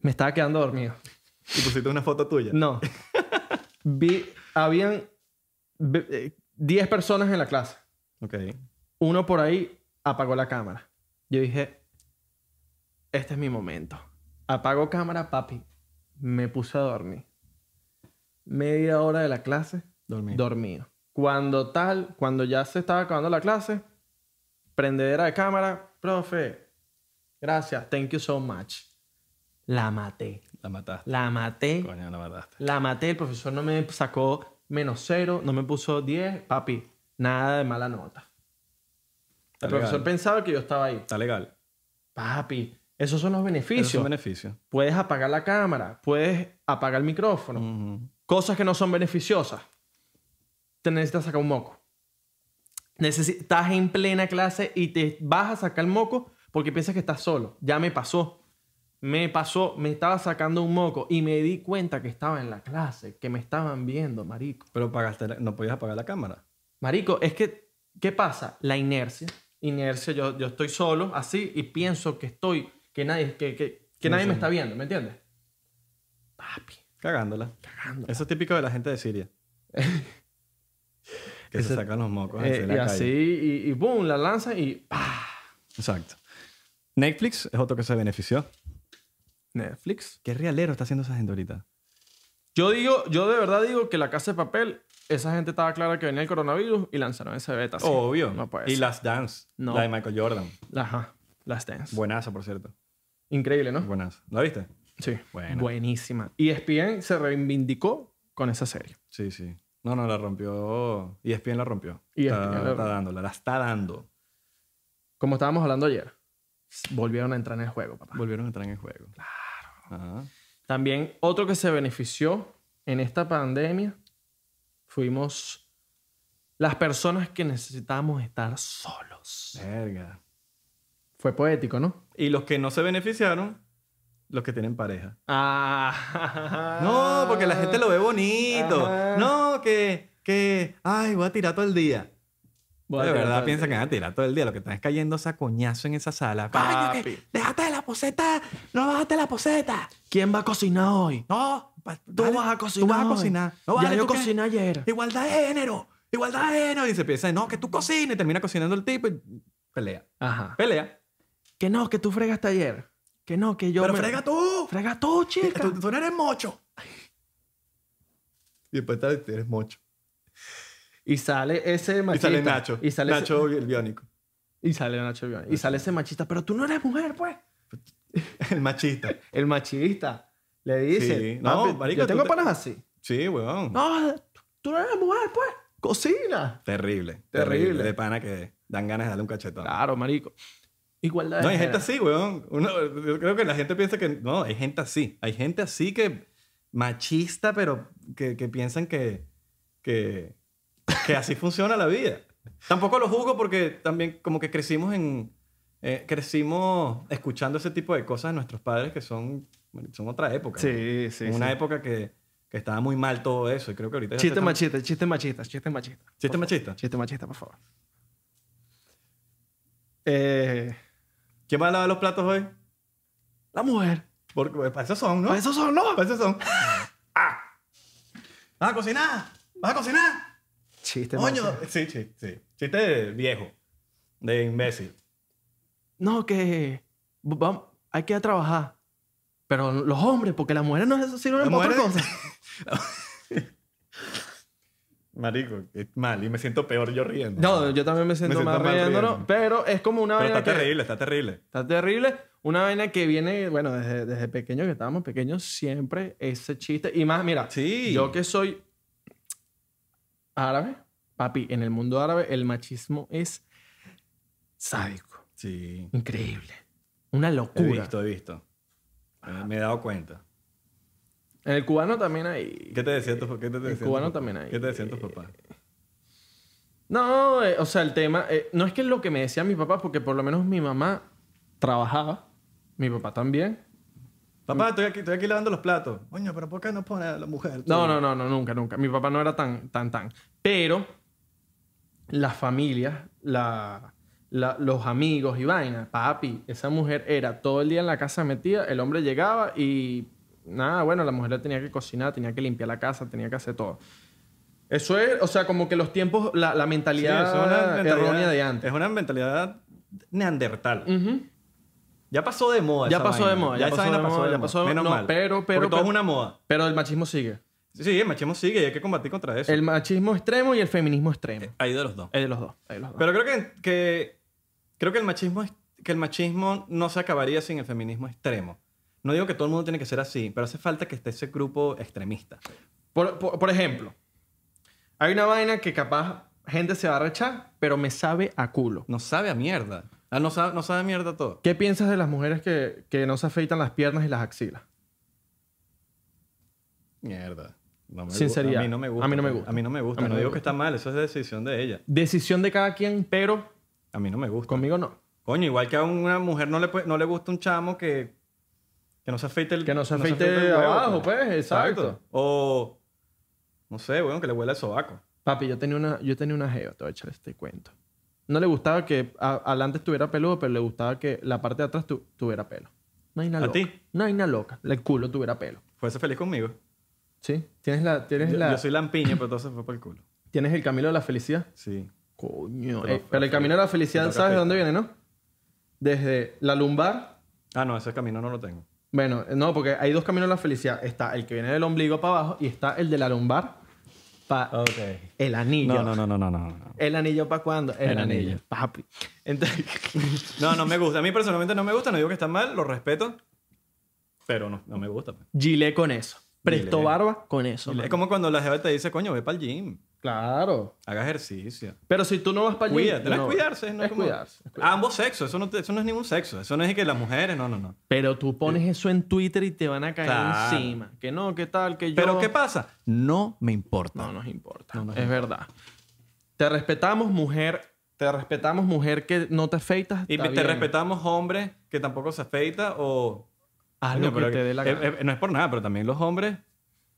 C: Me estaba quedando dormido.
A: Y pusiste una foto tuya.
C: No. Vi, habían ve- eh, 10 personas en la clase.
A: Ok.
C: Uno por ahí apagó la cámara. Yo dije, este es mi momento. Apago cámara, papi. Me puse a dormir. Media hora de la clase,
A: Dormí.
C: dormido. Cuando tal, cuando ya se estaba acabando la clase, prendedera de cámara, profe, gracias, thank you so much. La maté,
A: la mataste.
C: la maté,
A: Coño, la mataste.
C: la maté. El profesor no me sacó menos cero, no me puso 10, papi, nada de mala nota.
A: Está
C: El profesor
A: legal.
C: pensaba que yo estaba ahí.
A: Está legal.
C: Papi, esos son los
A: Esos
C: beneficios.
A: son beneficios.
C: Puedes apagar la cámara, puedes apagar el micrófono.
A: Ujú.
C: Cosas que no son beneficiosas. Te necesitas sacar un moco. Necesi- estás en plena clase y te vas a sacar el moco porque piensas que estás solo. Ya me pasó. Me pasó, me estaba sacando un moco y me di cuenta que estaba en la clase, que me estaban viendo, marico.
A: Pero pagaste la- no podías apagar la cámara.
C: Marico, es que, ¿qué pasa? La inercia. Inercia, yo, yo estoy solo, así, y pienso que estoy, que nadie, que, que, que nadie me está viendo, ¿me entiendes? Papi,
A: Cagándola.
C: cagando.
A: Eso es típico de la gente
C: *laughs*
A: de Siria. que se
C: Ese-
A: sacan los mocos así
C: Eh,
A: en
C: y
A: la
C: así,
A: calle.
C: y, y boom, la lanza y ¡pah!
A: Exacto. Netflix es otro que se benefició.
C: Netflix.
A: ¿Qué realero está haciendo esa gente ahorita?
C: Yo digo, yo de verdad digo que la casa de papel, esa gente estaba clara que venía el coronavirus y lanzaron ese beta. así.
A: Obvio.
C: No puede
A: y
C: ser.
A: Last Dance.
C: No.
A: La de Michael Jordan.
C: Ajá, las dance.
A: Buenaza, por cierto.
C: Increíble, ¿no?
A: Buenaza. ¿La viste?
C: Sí.
A: Buena.
C: Buenísima. E Y ESPN se reivindicó con esa serie.
A: Sí, sí. No, no, la rompió. Y E ESPN la rompió.
C: ESPN
A: está,
C: la rompió.
A: está dándola, la está dando.
C: Como estábamos hablando ayer, volvieron a entrar en el juego, papá.
A: Volvieron a entrar en el juego. Ah, Claro.
C: También otro que se benefició en esta pandemia fuimos las personas que necesitamos estar solos.
A: Verga.
C: Fue poético, ¿no?
A: Y los que no se beneficiaron, los que tienen pareja.
C: *laughs* Ah.
A: No, porque la gente lo ve bonito.
C: Ajá.
A: No, que, que, ay, voy a tirar todo el día.
C: Voy a
A: de
C: tirar
A: verdad
C: todo el
A: piensa que
C: día.
A: van a tirar todo el día. Lo que están es cayendo es a coñazo en esa sala. Coño, que
C: Papi.
A: ¡Déjate de la poseta! ¡No bajaste la poseta!
C: ¿Quién va a cocinar hoy?
A: ¡No! pa-
C: Tú
A: vale,
C: vas a cocinar.
A: Tú vas a
C: hoy.
A: cocinar. No,
C: ya
A: vale,
C: yo
A: ¿tú qué?
C: cociné ayer.
A: ¡Igualdad de género! ¡Igualdad de género! Y se piensa, no, que tú cocines. Y termina cocinando el tipo y pelea.
C: Ajá.
A: Pelea.
C: Que no, que tú fregaste ayer. Que no, que yo
A: ¡Pero
C: me-
A: frega tú!
C: Frega tú, chica.
A: Tú, tú no eres mocho. Y después te te eres mocho.
C: Y sale ese machista.
A: Y sale Nacho.
C: Y sale ese-
A: Nacho el biónico. *laughs*
C: Y sale Nacho Viviani. Y sale ese machista, pero tú no eres mujer, pues.
A: El machista.
C: El machista le dice,
A: Sí.
C: no,
A: No, marico,
C: yo
A: tú
C: tengo
A: te-
C: panas así.
A: Sí, weón.
C: No, tú no eres mujer, pues. Cocina.
A: Terrible,
C: Terrible.
A: terrible. De pana que dan ganas de darle un cachetón.
C: Claro, marico. Igualdad de
A: No, hay
C: *laughs*
A: gente
C: género.
A: así, weón. Uno, yo creo que la gente piensa que... No, hay gente así. Hay gente así que... Machista, pero que, que piensan que, que... Que así *laughs* funciona la vida. Tampoco lo juzgo porque también como que crecimos en... eh, crecimos escuchando ese tipo de cosas de nuestros padres que son... Son otra época.
C: Sí, sí,
A: Una
C: sí.
A: época que, que estaba muy mal todo eso. Y creo que ahorita... ya se
C: Chiste
A: está-
C: machista, chiste machista, chiste machista.
A: ¿Chiste
C: Por favor.
A: machista?
C: Chiste machista, por favor. Eh,
A: ¿Quién va a lavar los platos hoy?
C: la mujer.
A: Porque pues, para eso son, ¿no?
C: Para eso son, ¿no?
A: Para eso son. Ah. ¿Vas a cocinar? ¿Vas a cocinar?
C: Chiste
A: Coño.
C: machista.
A: Sí, sí, sí. Chiste de viejo. De imbécil.
C: No, que vamos, hay que ir a trabajar. Pero los hombres, porque las mujeres no es- sirven
A: Las
C: para otra cosa.
A: mujeres- Marico, es mal. Y me siento peor yo riendo.
C: No, yo también me siento,
A: siento
C: más
A: mal
C: riéndolo,
A: riendo.
C: pero es como una
A: Pero
C: vaina
A: está
C: que-
A: terrible, está terrible.
C: Está terrible. Una vaina que viene, bueno, desde, desde pequeño que estábamos pequeños, siempre ese chiste. Y más, mira,
A: Sí.
C: yo que soy árabe, Papi, en el mundo árabe el machismo es sádico.
A: Sí.
C: Increíble. Una
A: He
C: locura.
A: visto, he visto. Eh, Me he dado cuenta.
C: En el cubano también hay...
A: ¿Qué te decían tus qué te decían tus
C: cubano
A: papás?
C: también hay. Eh,
A: ¿Qué te decían tus papás?
C: No, eh, o sea, el tema... eh, no es que es lo que me decían mis papás, porque por lo menos mi mamá trabajaba. Mi papá también.
A: Papá, estoy aquí, estoy aquí lavando los platos. Coño, pero ¿por qué no pone a la mujer?
C: No, no, no, no, nunca, nunca. Mi papá no era tan, tan, tan. Pero las familias, la, la- los amigos y vaina, papi, esa mujer era todo el día en la casa metida, el hombre llegaba y nada, bueno, la mujer le tenía que cocinar, tenía que limpiar la casa, tenía que hacer todo. Eso es, o sea, como que los tiempos, la, la
A: Sí, eso
C: mentalidad,
A: es una mentalidad-
C: errónea de antes.
A: Es una mentalidad neandertal.
C: Ujú.
A: Ya pasó de moda.
C: Ya
A: esa
C: pasó de
A: vaina.
C: moda, ya
A: esa
C: pasó
A: vaina
C: de moda, ya pasó de-
A: Menos
C: no,
A: mal.
C: pero-
A: Porque
C: pero-
A: todo es
C: pero-
A: una moda.
C: Pero el machismo sigue.
A: Sí, sí, el machismo sigue y hay que combatir contra eso. Eh.
C: El machismo extremo y el feminismo extremo.
A: Ahí de los dos.
C: Es de los dos. es de los dos.
A: Pero creo que, que- creo que el machismo es- que el machismo no se acabaría sin el feminismo extremo. No digo que todo el mundo tiene que ser así, pero hace falta que esté ese grupo extremista.
C: Por, por- por ejemplo, hay una vaina que capaz gente se va a rechar, pero me sabe a culo.
A: No sabe a mierda. Ah, no sabe, no sabe a mierda todo.
C: ¿Qué piensas de las mujeres que, que no se afeitan las piernas y las axilas?
A: Mierda. No me gu-
C: Sinceridad.
A: A mí no me gusta.
C: A mí no me gusta.
A: A mí no me gusta.
C: A mí no
A: no
C: me
A: digo
C: gusta.
A: que está mal, eso es decisión de ella.
C: Decisión de cada quien, pero
A: A mí no me gusta.
C: conmigo no.
A: Coño, igual que a una mujer no le, puede- no le gusta un chamo que, que no se afeite el
C: Que no se afeite
A: el huevo,
C: abajo, pues, exacto.
A: O, no sé, bueno, que le huela el sobaco.
C: Papi, yo tenía una, yo tenía una jeva, te voy a echar este cuento. No le gustaba que a- adelante estuviera peludo, pero le gustaba que la parte de atrás tu- tuviera pelo. No hay
A: ¿A
C: nada loca.
A: ti?
C: No hay nada loca. El culo tuviera pelo.
A: Fuese feliz conmigo.
C: ¿Sí? Tienes la,
A: Yo,
C: tienes la,
A: yo soy lampiño, pero todo se fue por el culo.
C: tienes el camino de la felicidad.
A: Sí.
C: Coño.
A: Pero-
C: eh, pero el camino a la felicidad,
A: pero
C: ¿sabes de
A: café.
C: dónde viene, no? Desde la lumbar.
A: Ah, no, ese camino no lo tengo.
C: Bueno, no, porque hay dos caminos a la felicidad. Está el que viene del ombligo para abajo y está el de la lumbar para
A: Ok.
C: el anillo.
A: Ah. No, no, no, no, no, no. no.
C: ¿El anillo para cuándo? El,
A: El
C: anillo.
A: anillo.
C: Papi. Entonces, *laughs*
A: No, no me gusta. A mí personalmente no me gusta, no digo que está mal, lo respeto. Pero no, no me gusta. pues.
C: Gile con eso. Presto
A: Gilé.
C: barba con eso.
A: Es
C: mano.
A: como cuando la jefa te dice, coño, ve para el gym,
C: Claro.
A: haga ejercicio.
C: Pero si tú no vas para allí.
A: Cuídate, no,
C: no.
A: es cuidarse,
C: es
A: no es como-
C: cuidarse. es cuidarse.
A: Ambos sexos, eso no, te- eso no es ningún sexo. Eso no es que las mujeres, no, no, no.
C: Pero tú pones eso en Twitter y te van a caer
A: Claro.
C: encima. Que no, que tal, que yo.
A: Pero ¿qué pasa? No me importa.
C: No nos importa.
A: No nos
C: es verdad. Te respetamos, mujer. Te respetamos, mujer, que no te afeitas.
A: Y
C: está
A: te
C: bien.
A: respetamos hombres que tampoco se afeita o...
C: Haz
A: Coño,
C: lo que
A: pero
C: te dé la
A: eh,
C: gana.
A: eh, no es por nada, pero también los hombres...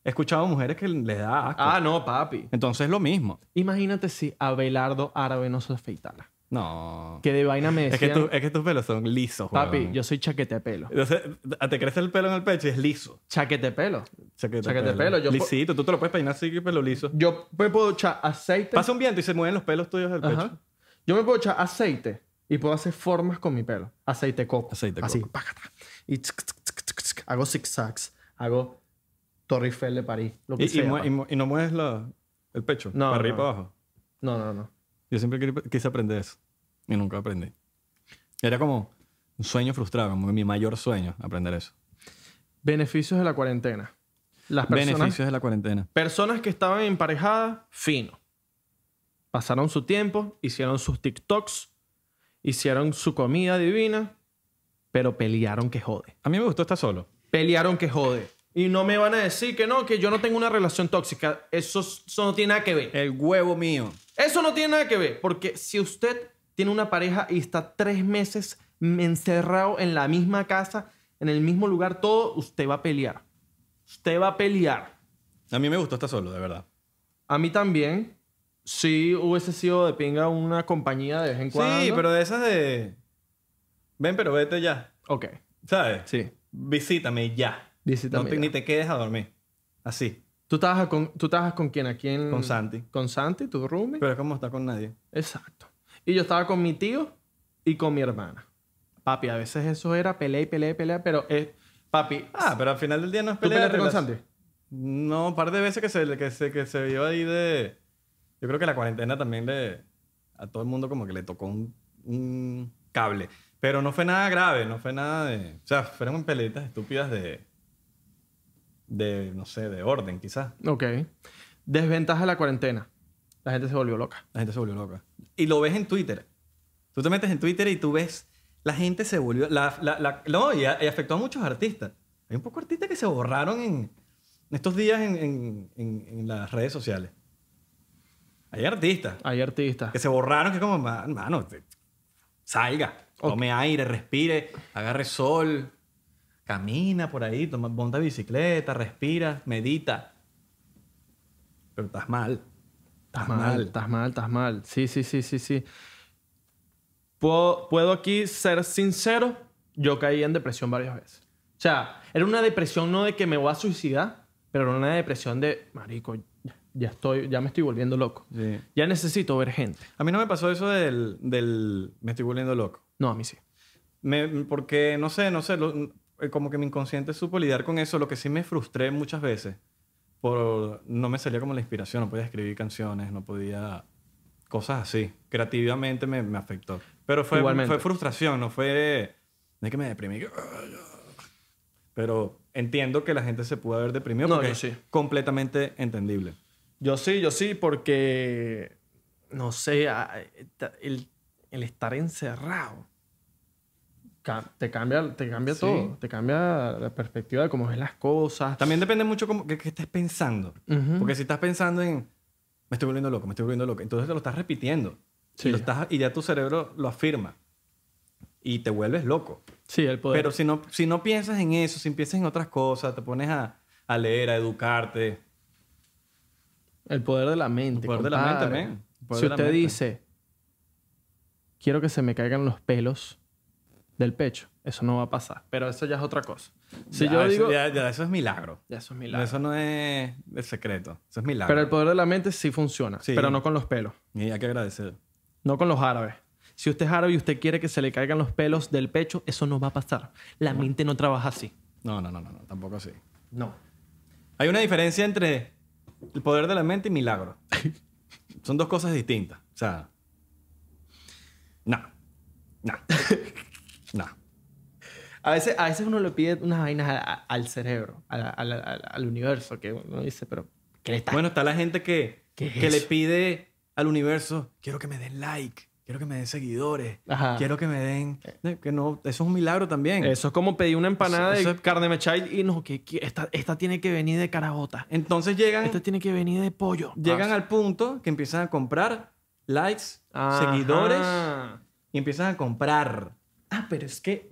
A: He escuchado mujeres que les da asco.
C: Ah, no, papi.
A: Entonces lo mismo.
C: Imagínate si Abelardo Árabe no se afeitara.
A: No.
C: Que de vaina me
A: Es que, Eh.
C: decían,
A: tu- es que tus pelos son lisos,
C: papi,
A: huevón.
C: yo soy chaquetepelo.
A: Entonces, te crece el pelo en el pecho y es liso.
C: Chaquetepelo.
A: Chaquete,
C: Chaquete pelo, yo po-
A: Lisito. Tú te lo puedes peinar así, pelo liso.
C: Yo me puedo echar aceite.
A: Pasa un viento y se mueven los pelos tuyos del pecho.
C: Ajá. Yo me puedo echar aceite y puedo hacer formas con mi pelo. Aceite de coco.
A: Aceite de
C: Así,
A: coco.
C: pácata. Y tsk, tsk, tsk, tsk, tsk. hago zigzags. Hago Torrifel de París. Lo que
A: Y, y
C: sea.
A: mue-
C: pa.
A: y mu- y no mueves la- el pecho.
C: No,
A: para
C: no.
A: arriba y para abajo.
C: No, no, no.
A: Yo siempre quería- quise aprender eso. Y nunca aprendí. Era como un sueño frustrado, como mi mayor sueño, aprender eso.
C: Beneficios de la cuarentena. Las personas,
A: Beneficios de la cuarentena.
C: personas que estaban emparejadas, fino. Pasaron su tiempo, hicieron sus TikToks, hicieron su comida divina, pero pelearon que jode.
A: A mí me gustó estar solo.
C: Pelearon que jode. Y no me van a decir que no, que yo no tengo una relación tóxica. Eso, eso no tiene nada que ver.
A: El huevo mío.
C: Eso no tiene nada que ver, porque si usted tiene una pareja y está tres meses encerrado en la misma casa, en el mismo lugar, todo, usted va a pelear. Usted va a pelear.
A: A mí me gustó estar solo, de verdad.
C: A mí también, sí hubiese sido de pinga una compañía de vez en cuando.
A: Sí, pero de esas de... Ven, pero vete ya.
C: Ok,
A: ¿Sabes?
C: sí.
A: Visítame ya.
C: Visítame
A: No te-
C: ya.
A: Ni te quedes a dormir. Así.
C: ¿Tú trabajas con, tú trabajas con quién? ¿A quién?
A: Con Santi.
C: Con Santi, tu roomie.
A: Pero es como está con nadie.
C: Exacto. Y yo estaba con mi tío y con mi hermana. Papi, a veces eso era pelea y pelea y pelea, pero es... Papi,
A: Ah, pero al final del día no es
C: ¿tú
A: pelea.
C: peleaste
A: de
C: con
A: relac-
C: Santi?
A: No, un par de veces que se, que, se, que se vio ahí de... Yo creo que la cuarentena también le... A todo el mundo como que le tocó un, un cable. Pero no fue nada grave, no fue nada de... O sea, fueron peleitas estúpidas de... De, no sé, de orden quizás.
C: Ok. Desventaja de la cuarentena. La gente se volvió loca.
A: La gente se volvió loca. Y lo ves en Twitter. Tú te metes en Twitter y tú ves, la gente se volvió... La, la- la- no, y, a- y afectó a muchos artistas. Hay un poco de artistas que se borraron en estos días en, en- en- en las redes sociales. Hay artistas
C: Hay artistas.
A: que se borraron, que como, "Ma- mano, te- salga,
C: Ok.
A: tome aire, respire, agarre sol, camina por ahí, toma, monta bicicleta, respira, medita. Pero estás mal.
C: Estás mal, estás mal, estás mal. Sí, sí, sí, sí, sí. Puedo, puedo aquí ser sincero, yo caí en depresión varias veces. O sea, era una depresión no de que me voy a suicidar, pero era una depresión de, marico, ya- ya estoy, ya me estoy volviendo loco.
A: Sí.
C: Ya necesito ver gente.
A: A mí no me pasó eso del, del me estoy volviendo loco.
C: No, a mí sí.
A: Me- porque, no sé, no sé, lo- eh, como que mi inconsciente supo lidiar con eso. Lo que sí me frustré muchas veces por no me salía como la inspiración, no podía escribir canciones, no podía... Cosas así. Creativamente me, me afectó. Pero fue,
C: Igualmente.
A: fue frustración, no fue... No es que me deprimí. que- Pero entiendo que la gente se pudo haber deprimido
C: No,
A: porque
C: yo sí.
A: es completamente entendible.
C: Yo sí, yo sí, porque, no sé, a- ta- el, el estar encerrado ca- te cambia, te cambia
A: Sí.
C: todo. Te cambia la perspectiva de cómo ves las cosas.
A: También depende mucho como que, que estés pensando.
C: Ujú.
A: Porque si estás pensando en, me estoy volviendo loco, me estoy volviendo loco, entonces te lo estás repitiendo.
C: Sí.
A: Y, lo estás- y ya tu cerebro lo afirma. Y te vuelves loco.
C: Sí, el poder.
A: Pero si no, si no piensas en eso, si piensas en otras cosas, te pones a, a leer, a educarte.
C: el poder de la mente.
A: El poder de la
C: compadre.
A: mente, men. El poder
C: Si
A: de la
C: usted
A: mente.
C: dice, quiero que se me caigan los pelos del pecho, eso no va a pasar. Pero eso ya es otra cosa. Si
A: Ya,
C: yo
A: eso,
C: digo. Ya,
A: ya- ya eso es milagro.
C: eso es milagro.
A: Eso no es el secreto. Eso es milagro.
C: Pero el poder de la mente sí funciona,
A: Sí.
C: pero no con los pelos.
A: Y hay que agradecer.
C: No con los árabes. Si usted es árabe y usted quiere que se le caigan los pelos del pecho, eso no va a pasar. La mente no trabaja así.
A: No, no, no, no, no, tampoco así.
C: No.
A: Hay una diferencia entre el poder de la mente
C: *laughs*
A: y milagro. Son dos cosas distintas. O sea, no, no, no.
C: A veces, a veces uno le pide unas vainas a- a- al cerebro, a la- a la- a la- al universo, que uno dice, pero ¿qué le está
A: Bueno, está la gente que,
C: ¿Qué es
A: que le
C: eso?
A: pide al universo, quiero que me den like, quiero que me den seguidores,
C: Ajá.
A: quiero que me den... eh, Que no, eso es un milagro también.
C: Eso es como pedir una empanada
A: Eso- eso
C: de
A: es-
C: carne mechada y no, que, que esta, esta tiene que venir de carabota.
A: Entonces llegan,
C: Esta tiene que venir de pollo.
A: llegan al punto que empiezan a comprar likes,
C: Ajá.
A: seguidores, y empiezan a comprar.
C: Ah, pero es que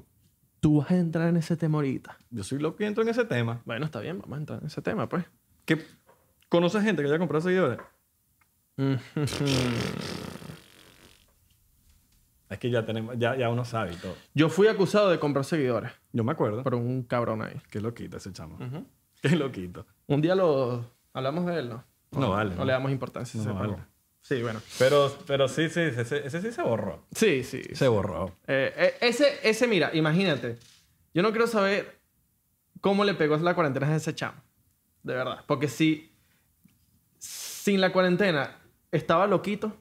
C: tú vas a entrar en ese tema ahorita.
A: Yo soy loco que entro en ese tema.
C: Bueno, está bien, vamos a entrar en ese tema, pues.
A: que conoces gente que haya comprado seguidores? es que ya tenemos, ya, ya uno sabe y todo.
C: Yo fui acusado de comprar seguidores
A: Yo me acuerdo.
C: por un cabrón ahí.
A: Qué loquito ese chamo. *laughs* Qué loquito.
C: Un día lo hablamos de él, ¿no?
A: No vale.
C: No le damos importancia. a
A: No
C: ese
A: vale.
C: cabrón. Sí, bueno.
A: Pero, pero sí, sí, ese, ese sí se borró.
C: Sí, sí.
A: Se borró.
C: Eh, eh, ese, ese, mira, imagínate. Yo no quiero saber cómo le pegó la cuarentena a ese chamo. De verdad. Porque si sin la cuarentena estaba loquito,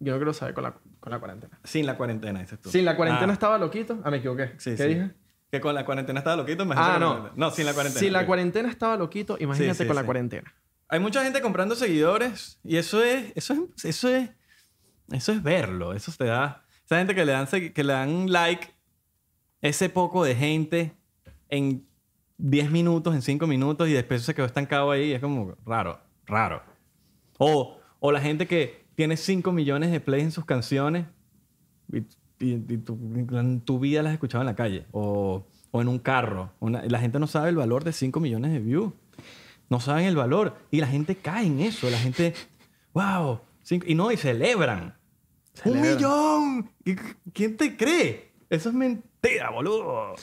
C: yo no quiero saber con la, con la cuarentena.
A: Sin la cuarentena, dices tú.
C: Sin la cuarentena
A: Ah,
C: estaba loquito. Ah, me equivoqué.
A: sí,
C: ¿Qué
A: sí.
C: dije?
A: Que con la cuarentena estaba loquito, imagínate.
C: Ah,
A: con la
C: no.
A: cuarentena. No, sin la cuarentena.
C: Si la
A: ok.
C: cuarentena estaba loquito, imagínate
A: Sí, sí,
C: con la
A: sí.
C: cuarentena.
A: Hay mucha gente comprando seguidores y eso es, eso es, eso es, eso es verlo. Eso te da. Esa gente que le dan, segui- que le dan like, ese poco de gente en 10 minutos, en 5 minutos y después se quedó estancado ahí. Es como raro, raro. O, o la gente que tiene 5 millones de plays en sus canciones y, y- y tú- en tu vida las has escuchado en la calle o, o en un carro. Una- la gente no sabe el valor de 5 millones de views. No saben el valor. Y la gente cae en eso. La gente, wow. cinco- y no, y celebran.
C: Celebran.
A: ¡Un millón! ¿Y qu- ¿Quién te cree? Eso es mentira, boludo.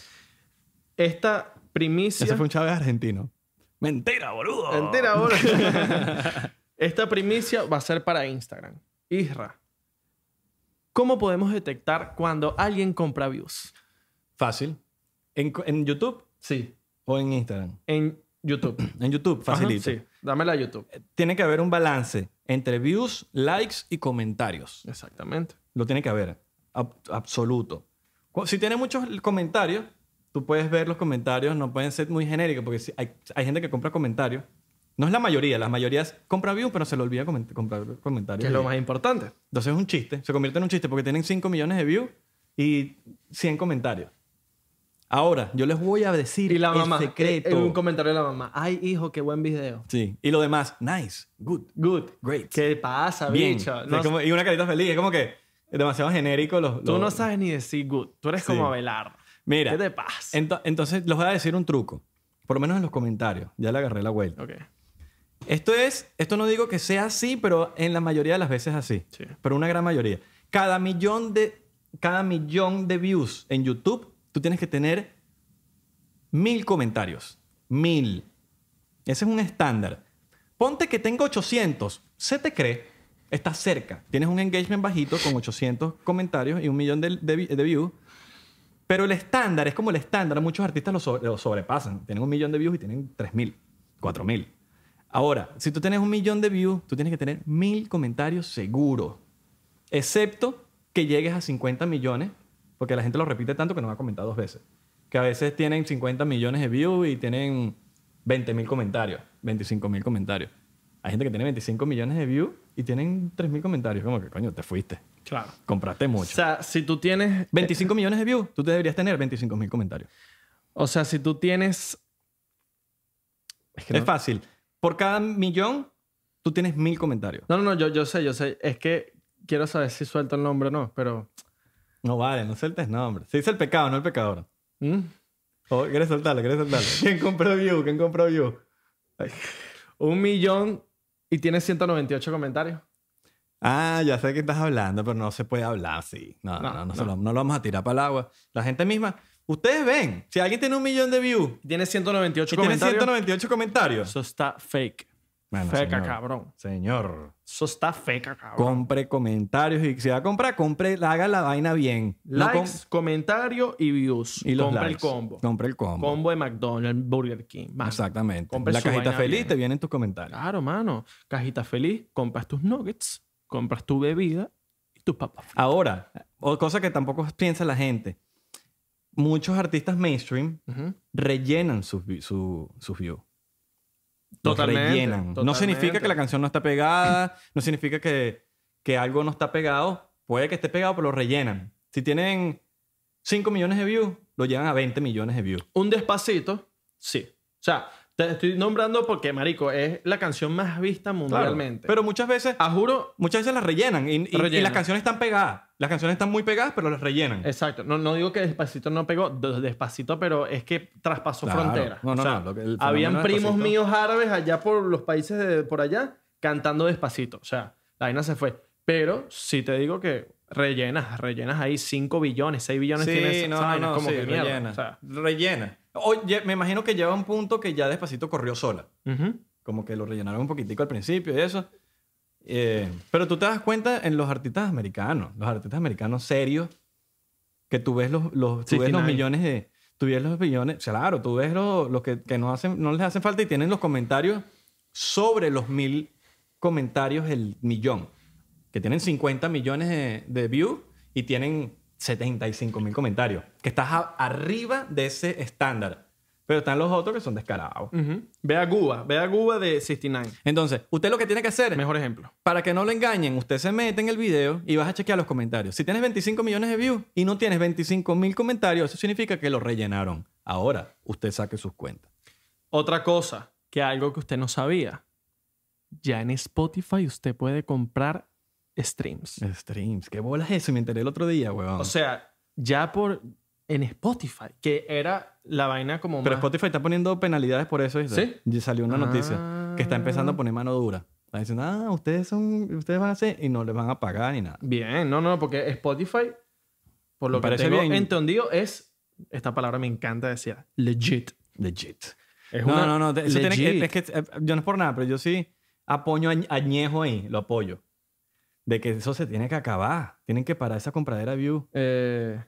C: Esta primicia.
A: Ese fue un Chávez argentino. ¡Mentira, boludo!
C: Entera ahora.
A: *laughs*
C: Esta primicia va a ser para Instagram. Isra. ¿Cómo podemos detectar cuando alguien compra views?
A: Fácil. ¿En, cu- en YouTube
C: Sí.
A: o en Instagram?
C: En YouTube.
A: En YouTube, *clears throat* facilito.
C: Ajá, sí. Dámela a YouTube.
A: Tiene que haber un balance entre views, likes y comentarios.
C: Exactamente.
A: Lo tiene que haber. ab- absoluto. Cu- Si tiene muchos l- comentarios, tú puedes ver los comentarios, no pueden ser muy genéricos, porque si hay, hay gente que compra comentarios No es la mayoría, la mayoría es compra view, pero se le olvida coment- comprar comentarios.
C: Que es lo más importante.
A: Entonces es un chiste, se convierte en un chiste porque tienen 5 millones de views y 100 comentarios. Ahora, yo les voy a decir
C: Y la
A: el
C: mamá. eh,
A: secreto.
C: En un comentario de la mamá. Ay, hijo, qué buen video.
A: sí, y lo demás, nice, good,
C: Good.
A: great.
C: ¿Qué pasa,
A: bien.
C: bicho?
A: O sea,
C: No-
A: como- y una carita feliz, es como que demasiado genérico los...
C: tú
A: los-
C: no sabes ni decir good. Tú eres
A: Sí.
C: como Abelardo.
A: Mira,
C: ¿Qué te pasa?
A: ento- entonces les voy a decir un truco, por lo menos en los comentarios, ya le agarré la vuelta.
C: Ok.
A: Esto es, esto no digo que sea así, pero en la mayoría de las veces así.
C: Sí.
A: Pero una gran mayoría. Cada millón de, cada millón de views en YouTube, tú tienes que tener mil comentarios. Mil. Ese es un estándar. Ponte que tengo 800. Se te cree. Estás cerca. Tienes un engagement bajito con 800 comentarios y un millón de, de, vi- de views. Pero el estándar es como el estándar. Muchos artistas lo, sobre- lo sobrepasan. Tienen un millón de views y tienen 3.000, 4.000. Ahora, si tú tienes un millón de views, tú tienes que tener mil comentarios seguro. Excepto que llegues a 50 millones, porque la gente lo repite tanto que no me ha comentado dos veces. Que a veces tienen 50 millones de views y tienen 20 mil comentarios, 25 mil comentarios. Hay gente que tiene 25 millones de views y tienen 3 mil comentarios. Como que, coño, te fuiste.
C: Claro.
A: Compraste
C: O
A: mucho.
C: sea, si tú tienes
A: 25 millones de views, tú te deberías tener 25 mil comentarios.
C: O sea, si tú tienes. Es que
A: Es
C: no.
A: fácil. Por cada millón, tú tienes mil comentarios.
C: No, no, no, yo, yo sé, yo sé. Es que quiero saber si suelto el nombre o no, pero.
A: No vale, no sueltes nombre. Se dice el pecado, no el pecador.
C: ¿Mm?
A: Oh, ¿Quieres soltarlo? ¿Quieres *laughs* soltarlo? ¿Quién compró view? ¿Quién compró view?
C: Un millón y tienes 198 comentarios.
A: Ah, ya sé que estás hablando, pero no se puede hablar así. No, no,
C: No,
A: no, no, se
C: no.
A: lo, no lo vamos a tirar para el agua. La gente misma, ustedes ven, si alguien tiene un millón de views
C: Y tienes 198
A: y tiene
C: comentarios.
A: 198 comentarios.
C: Eso está fake.
A: Bueno,
C: feca,
A: señor.
C: cabrón.
A: Señor,
C: Eso está feca, cabrón.
A: compre comentarios y si va a comprar, compre, haga la vaina bien. No
C: Likes,
A: com-
C: comentario y views.
A: y los
C: Compra
A: likes.
C: el combo.
A: Compre el combo.
C: Combo de McDonald's, Burger King. mano.
A: Exactamente.
C: Compre
A: la
C: su
A: cajita
C: vaina
A: feliz
C: bien.
A: te viene en tus comentarios.
C: Claro, mano. Cajita feliz, compras tus nuggets, compras tu bebida y tus papas. fritas.
A: Ahora, o- cosa que tampoco piensa la gente. Muchos artistas mainstream
C: Ujú.
A: rellenan sus vi- su, sus views. Los
C: Totalmente,
A: rellenan. No significa
C: totalmente.
A: que la canción no está pegada, no significa que, que algo no está pegado. Puede que esté pegado, pero lo rellenan. Si tienen 5 millones de views, lo llevan a 20 millones de views.
C: Un despacito, sí. O sea, te estoy nombrando porque, marico, es la canción más vista mundialmente.
A: Pero muchas veces,
C: a juro,
A: muchas veces las rellenan y, y- y
C: Rellenan.
A: las canciones están pegadas. Las canciones están muy pegadas, pero las rellenan.
C: exacto. No, no digo que despacito no pegó, de- despacito, pero es que traspasó
A: Claro.
C: fronteras.
A: No, no,
C: O sea,
A: no, lo que- el
C: habían
A: fenómeno
C: primos
A: Despacito-
C: míos árabes allá por los países de por allá cantando despacito. O sea, la vaina se fue. Pero sí te digo que rellenas, rellenas ahí 5 billones, 6 billones tienes esa vaina, como
A: sí,
C: que mierda.
A: rellena.
C: O sea,
A: Rellena. Oye, me imagino que lleva un punto que ya despacito corrió sola.
C: ujú.
A: Como que lo rellenaron un poquitico al principio y eso. Eh, pero tú te das cuenta en los artistas americanos, los artistas americanos serios, que tú ves los, los, tú ves los
C: 69.
A: millones de... Tú ves los millones, claro, tú ves los, los que, que no, hacen, no les hacen falta y tienen los comentarios sobre los mil comentarios el millón. Que tienen 50 millones de, de views y tienen 75 mil comentarios. Que estás a- arriba de ese estándar. Pero están los otros que son descarados.
C: Ujú. Ve a Cuba, ve a Cuba de 69.
A: Entonces, usted lo que tiene que hacer,
C: Mejor ejemplo.
A: para que no lo engañen, usted se mete en el video y vas a chequear los comentarios. Si tienes 25 millones de views y no tienes 25 mil comentarios, eso significa que lo rellenaron. Ahora, usted saque sus cuentas.
C: Otra cosa, que algo que usted no sabía. Ya en Spotify usted puede comprar streams.
A: Ah. Streams, ¿qué bolas es eso? Me enteré el otro día, weón.
C: O sea, ya por en Spotify, que era la vaina como
A: Pero
C: más-
A: Spotify está poniendo penalidades por eso. ¿viste?
C: ¿Sí?
A: Y salió una
C: Ah.
A: noticia que está empezando a poner mano dura. Está diciendo, ah, ustedes, son, ustedes van a hacer y no les van a pagar ni nada.
C: Ah. Bien, no, no, porque Spotify, por lo
A: Me
C: que
A: parece
C: tengo
A: bien.
C: entendido, es esta palabra me encanta decir, legit.
A: Legit.
C: Es
A: no,
C: una-
A: no, no, te- eso tiene que-
C: legit.
A: es que eh, yo no es por nada, pero yo sí apoyo añ- añejo ahí, lo apoyo. De que eso se tiene que acabar. Tienen que parar esa compradera view
C: Eh,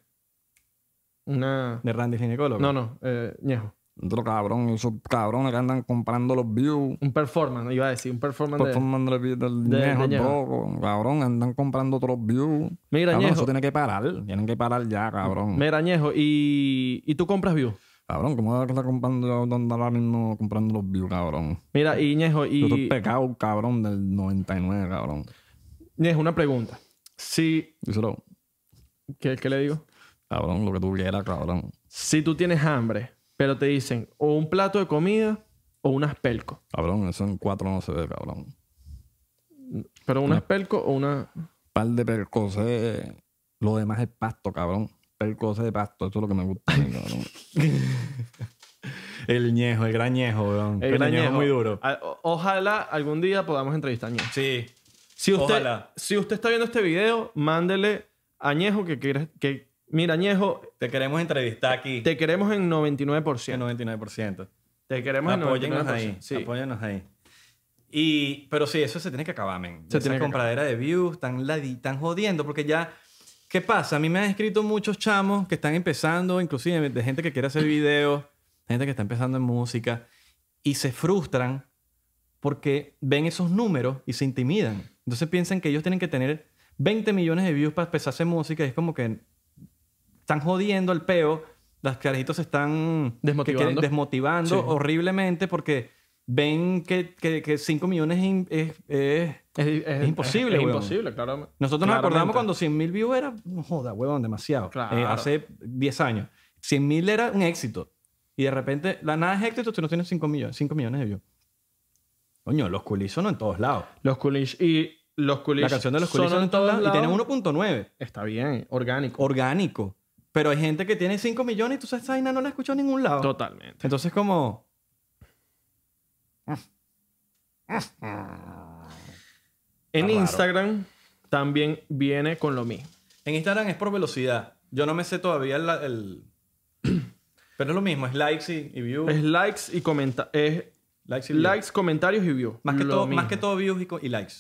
C: una...
A: de Randy Ginecólogo.
C: No, no, eh, Ñejo.
D: Otro cabrón, esos cabrones que andan comprando los views.
C: Un performance, iba a decir, un performance de...
D: Performando los views del
C: de- de
D: Ñejo,
C: Ñejo.
D: loco. Cabrón, andan comprando otros views.
C: Mira,
D: Cabrón,
C: Ñejo.
A: Mm.
D: eso tiene que parar. Tienen que parar ya, cabrón.
C: Mira, Ñejo, ¿y, y tú compras views?
D: Cabrón, ¿cómo es que está comprando yo dónde ahora mismo comprando los views, cabrón?
C: Mira, Iñejo,
D: Yo
C: y
D: estoy pecado, cabrón, del 99, cabrón.
C: Iñejo, una pregunta. Si,
D: Díselo,
C: ¿qué, ¿Qué le digo?
D: cabrón, lo que tú quieras, cabrón.
C: Si tú tienes hambre, pero te dicen o un plato de comida o unas pelco.
D: Cabrón, eso en cuatro no se ve, cabrón.
C: Pero unas pelco o una...
D: Par de percocé. Lo demás es pasto, cabrón. Percocé de pasto, eso es lo que me gusta, a mí, cabrón.
A: El ñejo, el gran ñejo, weón. El gran ñejo
C: Iñejo,
A: muy duro.
C: eh, a- o- Ojalá algún día podamos entrevistar a Ñejo.
A: Sí.
C: Si usted,
A: Ojalá.
C: si usted está viendo este video, mándele a Ñejo que, quiere- que mira, Ñejo,
A: Te queremos entrevistar aquí.
C: te queremos en 99%.
A: 99%.
C: Te queremos en 99%.
A: Apóyennos ahí.
C: Sí.
A: Apóyennos ahí. Y, pero sí, eso se tiene que acabar, men.
C: Se
A: Esa
C: tiene que
A: compradera de views, están, ladi- están jodiendo, porque ya. ¿Qué pasa? A mí me han escrito muchos chamos que están empezando, inclusive de gente que quiere hacer videos, gente que está empezando en música, y se frustran porque ven esos números y se intimidan. Entonces piensan que ellos tienen que tener 20 millones de views para empezar a hacer música, y es como que están jodiendo el peo, las carajitos se están que
C: Desmotivando.
A: quieren- desmotivando
C: Sí.
A: horriblemente porque ven que, que, 5 millones es im- es, es-
C: Es,
A: Es imposible,
C: Es,
A: weón.
C: imposible, claro.
A: Nosotros nos acordamos
C: Claramente.
A: cuando 100 mil views era, no joda, huevón, demasiado.
C: Claro.
A: Eh, hace 10 años. 100 mil era un éxito. Y de repente, la nada es éxito si no tienes 5 millones, 5 millones de views. Coño, los culisos no en todos lados.
C: Los Coolish y los Coolish.
A: La canción de los culisos
C: son
A: no en todos lados, y tienen 1.9.
C: Está bien, orgánico.
A: Orgánico. Pero hay gente que tiene 5 millones y tú sabes, esa vaina no la escuchó en ningún lado.
C: Totalmente.
A: Entonces, como.
C: En Instagram también viene con lo mismo.
A: En Instagram es por velocidad. Yo no me sé todavía el... el- *clears throat* Pero es lo mismo, es likes y, y views.
C: Es likes y comentarios. Es
A: Likes y views.
C: likes, comentarios y views.
A: Más que,
C: Lo
A: todo, más
C: mismo.
A: que todo views y, co- y likes.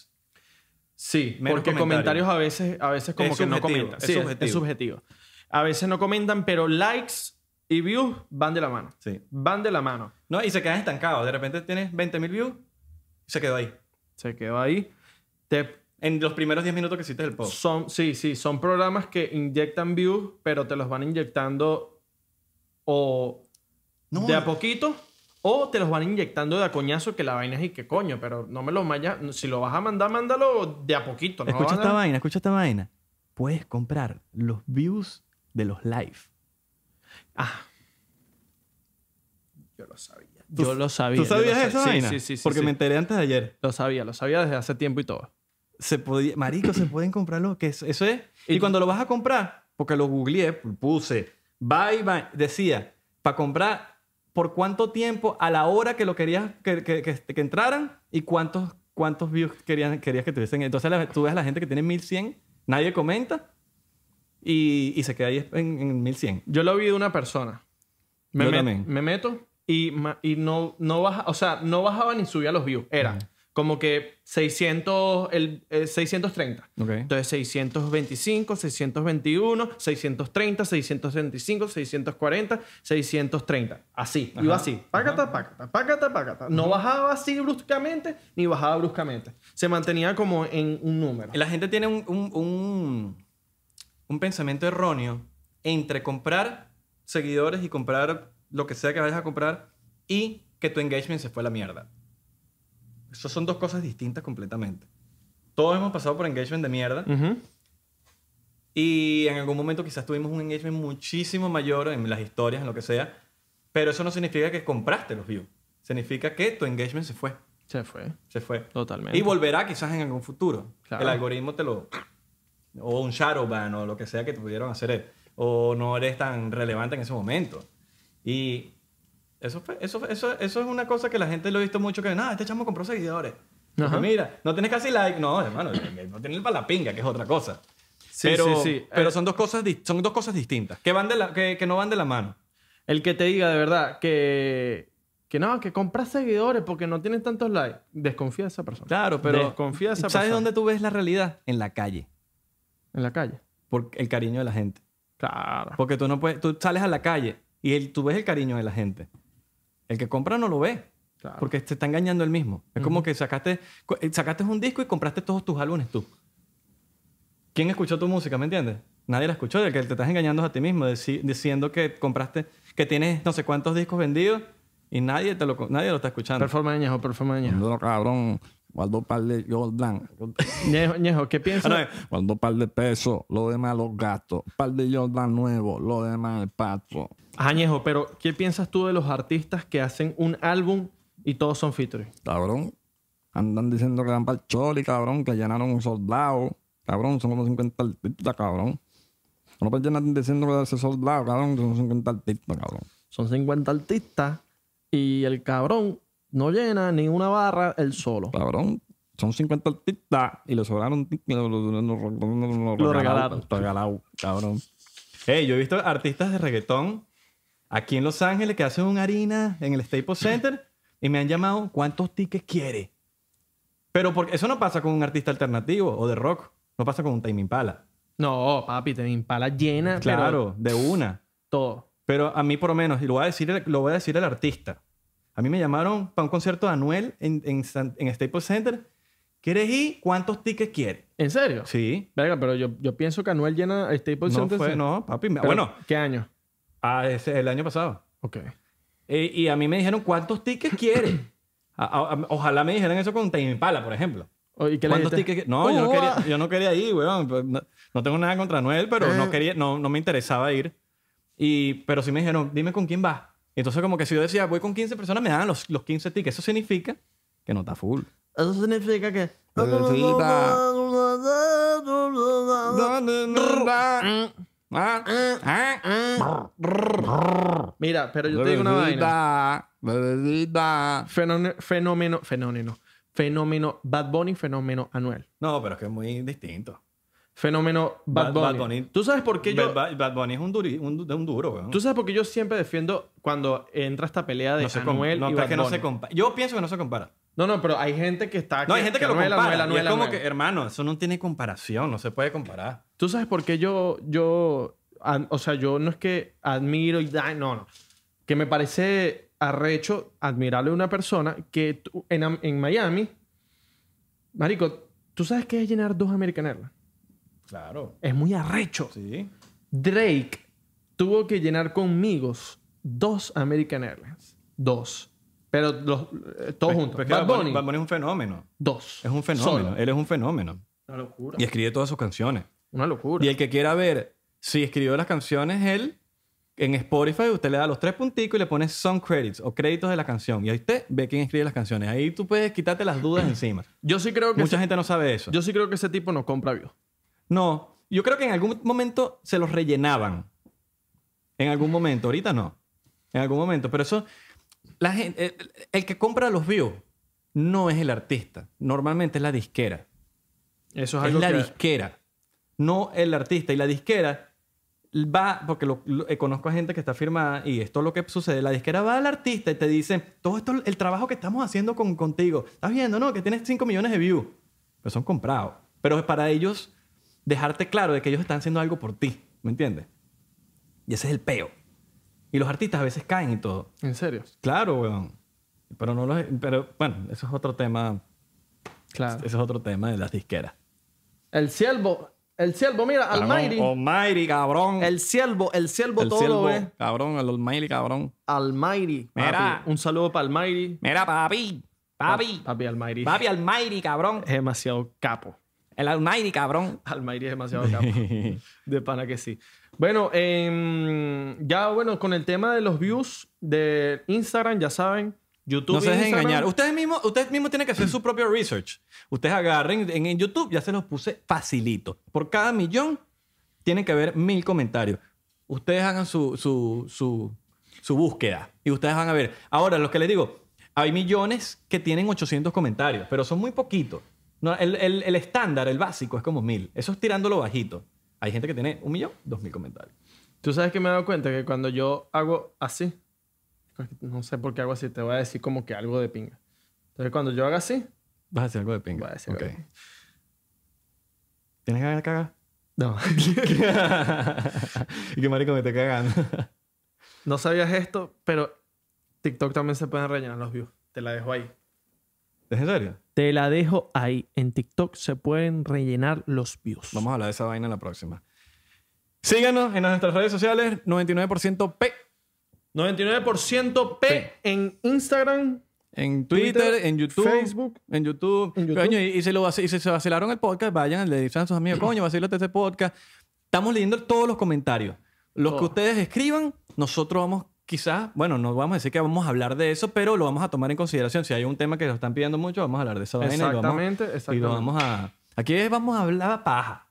C: Sí,
A: Menos
C: porque comentarios.
A: comentarios.
C: a veces a veces como
A: Es
C: que no
A: subjetivo,
C: comentan.
A: es
C: Sí, es
A: subjetivo.
C: subjetivo. es subjetivo. A veces no comentan, pero likes y views van de la mano.
A: Sí.
C: Van de la mano.
A: No, y se quedan estancados. De repente tienes 20.000 views y se quedó ahí.
C: Se quedó ahí. Te
A: En los primeros 10 minutos que hiciste
C: Oh.
A: el post.
C: Son, sí, sí, son programas que inyectan views, pero te los van inyectando o de a poquito o te los van inyectando de a coñazo que la vaina es y que coño, pero no me lo vayas, si lo vas a mandar, mándalo de a poquito. No
A: Escucha
C: van a-
A: esta vaina, escucha esta vaina. Puedes comprar los views de los live.
C: Ah. Yo lo sabía. Yo lo sabía.
A: ¿Tú
C: yo lo
A: sabías
C: sabía.
A: esa
C: Sí,
A: vaina?
C: Sí, sí, sí.
A: Porque
C: sí.
A: me enteré antes de ayer.
C: Lo sabía, lo sabía desde hace tiempo y todo.
A: Se podía, marico, se pueden comprar lo que es. Eso es.
C: Y-
A: Y cuando lo vas a comprar, porque lo googleé, puse, bye, bye, decía, para comprar por cuánto tiempo, a la hora que lo querías que, que, que, que entraran y cuántos, cuántos views querían, querías que tuviesen. Entonces la- tú ves a la gente que tiene 1100, nadie comenta y, y se queda ahí en, en 1100.
C: Yo lo vi de una persona. Me,
A: Yo
C: met-
A: también.
C: me meto y, ma- y no, no baja, o sea, no bajaba ni subía los views. Era como que 600, el, eh, 630.
A: Ok.
C: Entonces 625, 621, 630, 635, 640, 630. Así, iba así. Pácata, pácata, pácata, pácata. No bajaba así bruscamente ni bajaba bruscamente. Se mantenía como en un número.
A: La gente tiene un, un, un- un pensamiento erróneo entre comprar seguidores y comprar lo que sea que vayas a comprar y que tu engagement se fue a la mierda. Esas son dos cosas distintas completamente. Todos hemos pasado por engagement de mierda
C: Ujú.
A: y en algún momento quizás tuvimos un engagement muchísimo mayor en las historias, en lo que sea, pero eso no significa que compraste los views. Significa que tu engagement se fue.
C: Se fue.
A: Se fue.
C: Totalmente.
A: Y volverá quizás en algún futuro.
C: Claro.
A: El algoritmo te lo... O un shadow ban o lo que sea que te pudieron hacer. él. O no eres tan relevante en ese momento. Y eso, fue- eso, fue- eso, eso es una cosa que la gente lo ha visto mucho que, nada, este chamo compró seguidores. Porque
C: Ajá.
A: Mira, no tienes casi like. No, hermano, no tienes para la pinga, que es otra cosa.
C: Sí,
A: pero
C: sí, sí.
A: pero
C: Eh,
A: son, dos cosas, dis- son dos cosas distintas. Que, van de la, que, que no van de la mano.
C: El que te diga de verdad que, que no, que compras seguidores porque no tienes tantos likes, desconfía de esa persona.
A: Claro, pero...
C: Desconfía de esa
A: ¿Sabes
C: persona.
A: dónde tú ves la realidad? En la calle.
C: En la calle.
A: Por el cariño de la gente.
C: Claro.
A: Porque tú no puedes, tú sales a la calle y el- tú ves el cariño de la gente. El que compra no lo ve.
C: Claro.
A: Porque te está engañando el mismo. Es como que sacaste, cu- eh, sacaste un disco y compraste todos tus álbumes tú. ¿Quién escuchó tu música? ¿Me entiendes? Nadie la escuchó. El que te estás engañando es a ti mismo deci- diciendo que compraste, que tienes no sé cuántos discos vendidos y nadie, te lo, co- nadie lo está escuchando.
C: Performance Ñejo, performance Ñejo.
D: Cuando cabrón, guardo par de Jordan. *laughs*
C: Ñejo, Ñejo, ¿qué piensas?
A: Ahora,
D: Guardo par de pesos, lo demás los gastos. Par de Jordan nuevo, lo demás el pato.
C: Ajá, Ñejo, pero ¿qué piensas tú de los artistas que hacen un álbum y todos son featuring?
D: Cabrón, andan diciendo que dan para el choli, cabrón, que llenaron un soldado. Cabrón, son como 50 artistas, cabrón. No puedes llenar diciendo que ese soldado, cabrón, que son 50 artistas, cabrón.
C: Son 50 artistas y el cabrón no llena ni una barra el solo.
D: Cabrón, son 50 artistas y le sobraron tic- lo, lo- lo- lo- lo-
C: Lo regalaron.
D: lo regalado, regalado, cabrón.
A: Hey, yo he visto artistas de reggaetón aquí en Los Ángeles que hacen una harina en el Staples Center y me han llamado cuántos tickets quiere. Pero porque eso no pasa con un artista alternativo o de rock, no pasa con un Tame Impala.
C: No, papi, te impala llena. pero
A: Claro, de una.
C: todo.
A: Pero a mí por lo menos, y lo voy a decir, el- lo voy a decir el artista. A mí me llamaron para un concierto de Anuel en, en, San- en Staples Center. ¿Quieres ir? ¿Cuántos tickets quieres?
C: ¿En serio?
A: Sí.
C: Verga, pero yo, yo pienso que Anuel llena el Staples
A: No
C: Center.
A: fue,
C: sí.
A: no, papi. me-
C: Pues Pero,
A: bueno,
C: ¿Qué año?
A: ah, ese- el año pasado.
C: Ok.
A: Eh, y a mí me dijeron, ¿cuántos tickets quieres? A- a- a- ojalá me dijeran eso con Tame Impala, por ejemplo.
C: O- ¿Y qué le
A: ¿Cuántos
C: dijiste?
A: tickets? qui- No, yo, no
C: Oh,
A: quería,
C: ah.
A: yo no quería ir, weón. pues, No, no tengo nada contra Noel, pero
C: Eh.
A: no, quería, no, no me interesaba ir. Y, pero sí me dijeron, dime con quién vas. Entonces, como que si yo decía, voy con 15 personas, me daban los, los 15 tickets. Eso significa que no está full.
C: Eso significa que...
D: Ờ, Necesita. ờ, Ừ. Yo
C: Mira, pero yo te digo una vaina.
D: Bebecita.
C: Fenómeno, fenómeno, fenómeno, fenómeno Bad Bunny, fenómeno Anuel.
A: No, pero es que es muy distinto.
C: Fenómeno Bad,
A: Bad- Bad
C: Bunny.
A: Bunny.
C: ¿Tú sabes por qué yo,
A: Bad, Bad- Bad Bunny es un, duri- un, du- de un duro, weón.
C: tú sabes por qué yo siempre defiendo cuando entra esta pelea de
A: no se com-
C: Anuel
A: no,
C: y
A: pero
C: Bad
A: es que no
C: Bunny?
A: se compara. Yo pienso que no se compara.
C: No, no, pero hay gente que está
A: No, hay gente que
C: Anuel,
A: lo
C: Anuel,
A: compara. y
C: Anuel,
A: es como
C: Anuel.
A: que, hermano, eso no tiene comparación. No se puede comparar.
C: ¿Tú sabes por qué yo yo an- o sea, yo no es que admiro y ay, no, no. Que me parece arrecho admirarle a una persona que tú- en, Am- en Miami Marico, ¿tú sabes qué es llenar dos American Airlines?
A: Claro.
C: Es muy arrecho.
A: Sí.
C: Drake tuvo que llenar conmigo dos American Airlines. Dos. Pero los, eh, todos juntos.
A: Pero es que
C: Bad Bunny,
A: Pues, Bad Bunny es un fenómeno.
C: dos.
A: Es un fenómeno. eh.
C: Solo.
A: Él es un fenómeno.
C: Una locura.
A: Y escribe todas sus canciones.
C: Una locura.
A: Y el que quiera ver si escribió las canciones él, en Spotify usted le da los tres punticos y le pone song credits o créditos de la canción. Y ahí usted ve quién escribe las canciones. Ahí tú puedes quitarte las dudas encima.
C: Yo sí creo que
A: Mucha
C: ese-
A: gente no sabe eso.
C: yo sí creo que ese tipo no compra views.
A: No, yo creo que en algún momento se los rellenaban. En algún momento, ahorita no. En algún momento, pero eso la gente el, el que compra los views no es el artista, normalmente es la disquera.
C: Eso es
A: Es
C: algo
A: la
C: que-
A: disquera, no el artista. Y la disquera va, porque lo- lo- eh, conozco a gente que está firmada y esto es lo que sucede. La disquera va al artista y te dice, todo esto, el trabajo que estamos haciendo con, contigo, estás viendo, ¿no? Que tienes 5 millones de views. Pero son comprados. Pero es para ellos dejarte claro de que ellos están haciendo algo por ti, ¿me entiendes? Y ese es el peo. Y los artistas a veces caen y todo.
C: En serio.
A: Claro, weón. Pero no los... Pero, bueno, eso es otro tema.
C: Claro.
A: Ese es otro tema de las disqueras.
C: Este, El siervo, el siervo, mira, Almighty.
A: oh,
D: Oh, Almighty, cabrón.
C: El siervo, el siervo
D: El
C: todo lo
D: siervo,
C: ve.
D: cabrón, el Almighty, cabrón.
C: Almighty.
D: Mira.
C: Papi, un saludo para Almighty.
D: Mira, papi, papi,
C: Papi, Almighty.
D: papi, Almighty, cabrón.
C: Es demasiado capo.
D: El Almighty, cabrón.
C: Almighty es demasiado capo. De pana que sí. Bueno, em, ya bueno, con el tema de los views de Instagram, ya saben, YouTube.
A: No se dejen
C: Instagram,
A: engañar. Ustedes mismos, ustedes mismos tienen que hacer su propio research. Ustedes agarren en, en YouTube, ya se los puse facilito. Por cada millón tienen que haber mil comentarios. Ustedes hagan su, su, su, su búsqueda y ustedes van a ver. Ahora, los que les digo, hay millones que tienen 800 comentarios, pero son muy poquitos. No, el, el- el estándar, el básico, es como mil. Eso es tirándolo bajito. Hay gente que tiene un millón, dos mil comentarios.
C: Tú sabes que me he dado cuenta que cuando yo hago así, no sé por qué hago así, te voy a decir como que algo de pinga. Entonces, cuando yo haga así,
A: Vas a hacer algo de pinga.
C: Voy a decir
A: Ok.
C: algo.
A: ¿Tienes ganas de cagar?
C: no. *laughs*
A: *laughs* y que marico me esté cagando.
C: No sabías esto, pero TikTok también se pueden rellenar los views. Te la dejo ahí.
A: ¿Es en serio?
C: Te la dejo ahí. En TikTok se pueden rellenar los views.
A: Vamos a hablar de esa vaina en la próxima. Síganos en nuestras redes sociales, 99% P.
C: 99% P en Instagram.
A: En Twitter,
C: Twitter,
A: en YouTube.
C: Facebook.
A: En YouTube.
C: En YouTube.
A: Coño, y, y se lo vaci- y se, se vacilaron el podcast, vayan, le dicen a sus amigos, coño, vacílate ese podcast. Estamos leyendo todos los comentarios. Los que
C: Todos.
A: ustedes escriban, nosotros vamos quizás, bueno, no vamos a decir que vamos a hablar de eso, pero lo vamos a tomar en consideración. Si hay un tema que nos están pidiendo mucho, vamos a hablar de esa vaina y lo vamos-
C: Exactamente,
A: Y lo
C: exactamente.
A: vamos a... Aquí es, vamos a hablar paja.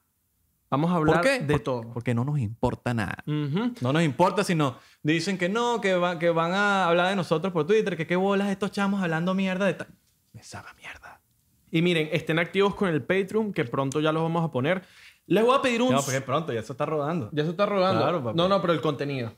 C: Vamos a
A: ¿Por
C: hablar
A: qué?
C: de
A: Por-
C: todo.
A: Porque no nos importa nada.
C: Ujú.
A: No nos importa si no. Dicen que no, que, va- que van a hablar de nosotros por Twitter, que qué bolas estos chamos hablando mierda de tal. Me sabe a mierda.
C: Y miren, estén activos con el Patreon, que pronto ya los vamos a poner. Les voy a pedir un...
E: No, porque pronto, ya se está rodando.
C: Ya se está rodando.
E: Claro, papi.
C: no, no, pero el contenido.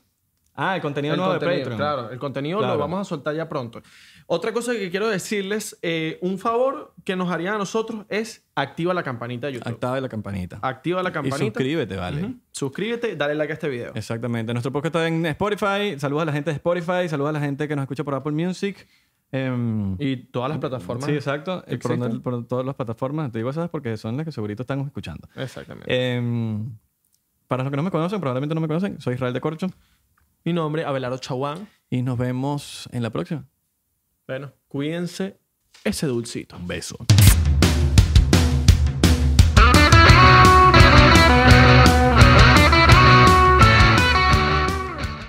E: Ah, el contenido
C: El
E: nuevo
C: contenido,
E: de Patreon.
C: claro, el contenido
E: Claro.
C: lo vamos a soltar ya pronto. Otra cosa que quiero decirles, eh, un favor que nos harían a nosotros es activa la campanita de YouTube.
A: Activa la campanita.
C: Activa Ah, la
A: Y
C: campanita.
A: suscríbete, vale.
C: Ujú. Suscríbete, dale like a este video.
A: Exactamente. Nuestro podcast está en Spotify. Saludos a la gente de Spotify. Saludos a la gente que nos escucha por Apple Music. Em,
C: Y todas las plataformas.
A: sí, exacto. Y Por,
C: existen.
A: donde- por todas las plataformas. Te digo esas porque son las que segurito están escuchando.
C: Exactamente.
A: Em, para los que no me conocen, probablemente no me conocen, soy Israel de Corcho.
C: Mi nombre, Abelardo Chaguán.
A: Y nos vemos en la próxima.
C: Bueno, cuídense ese dulcito.
A: Un beso.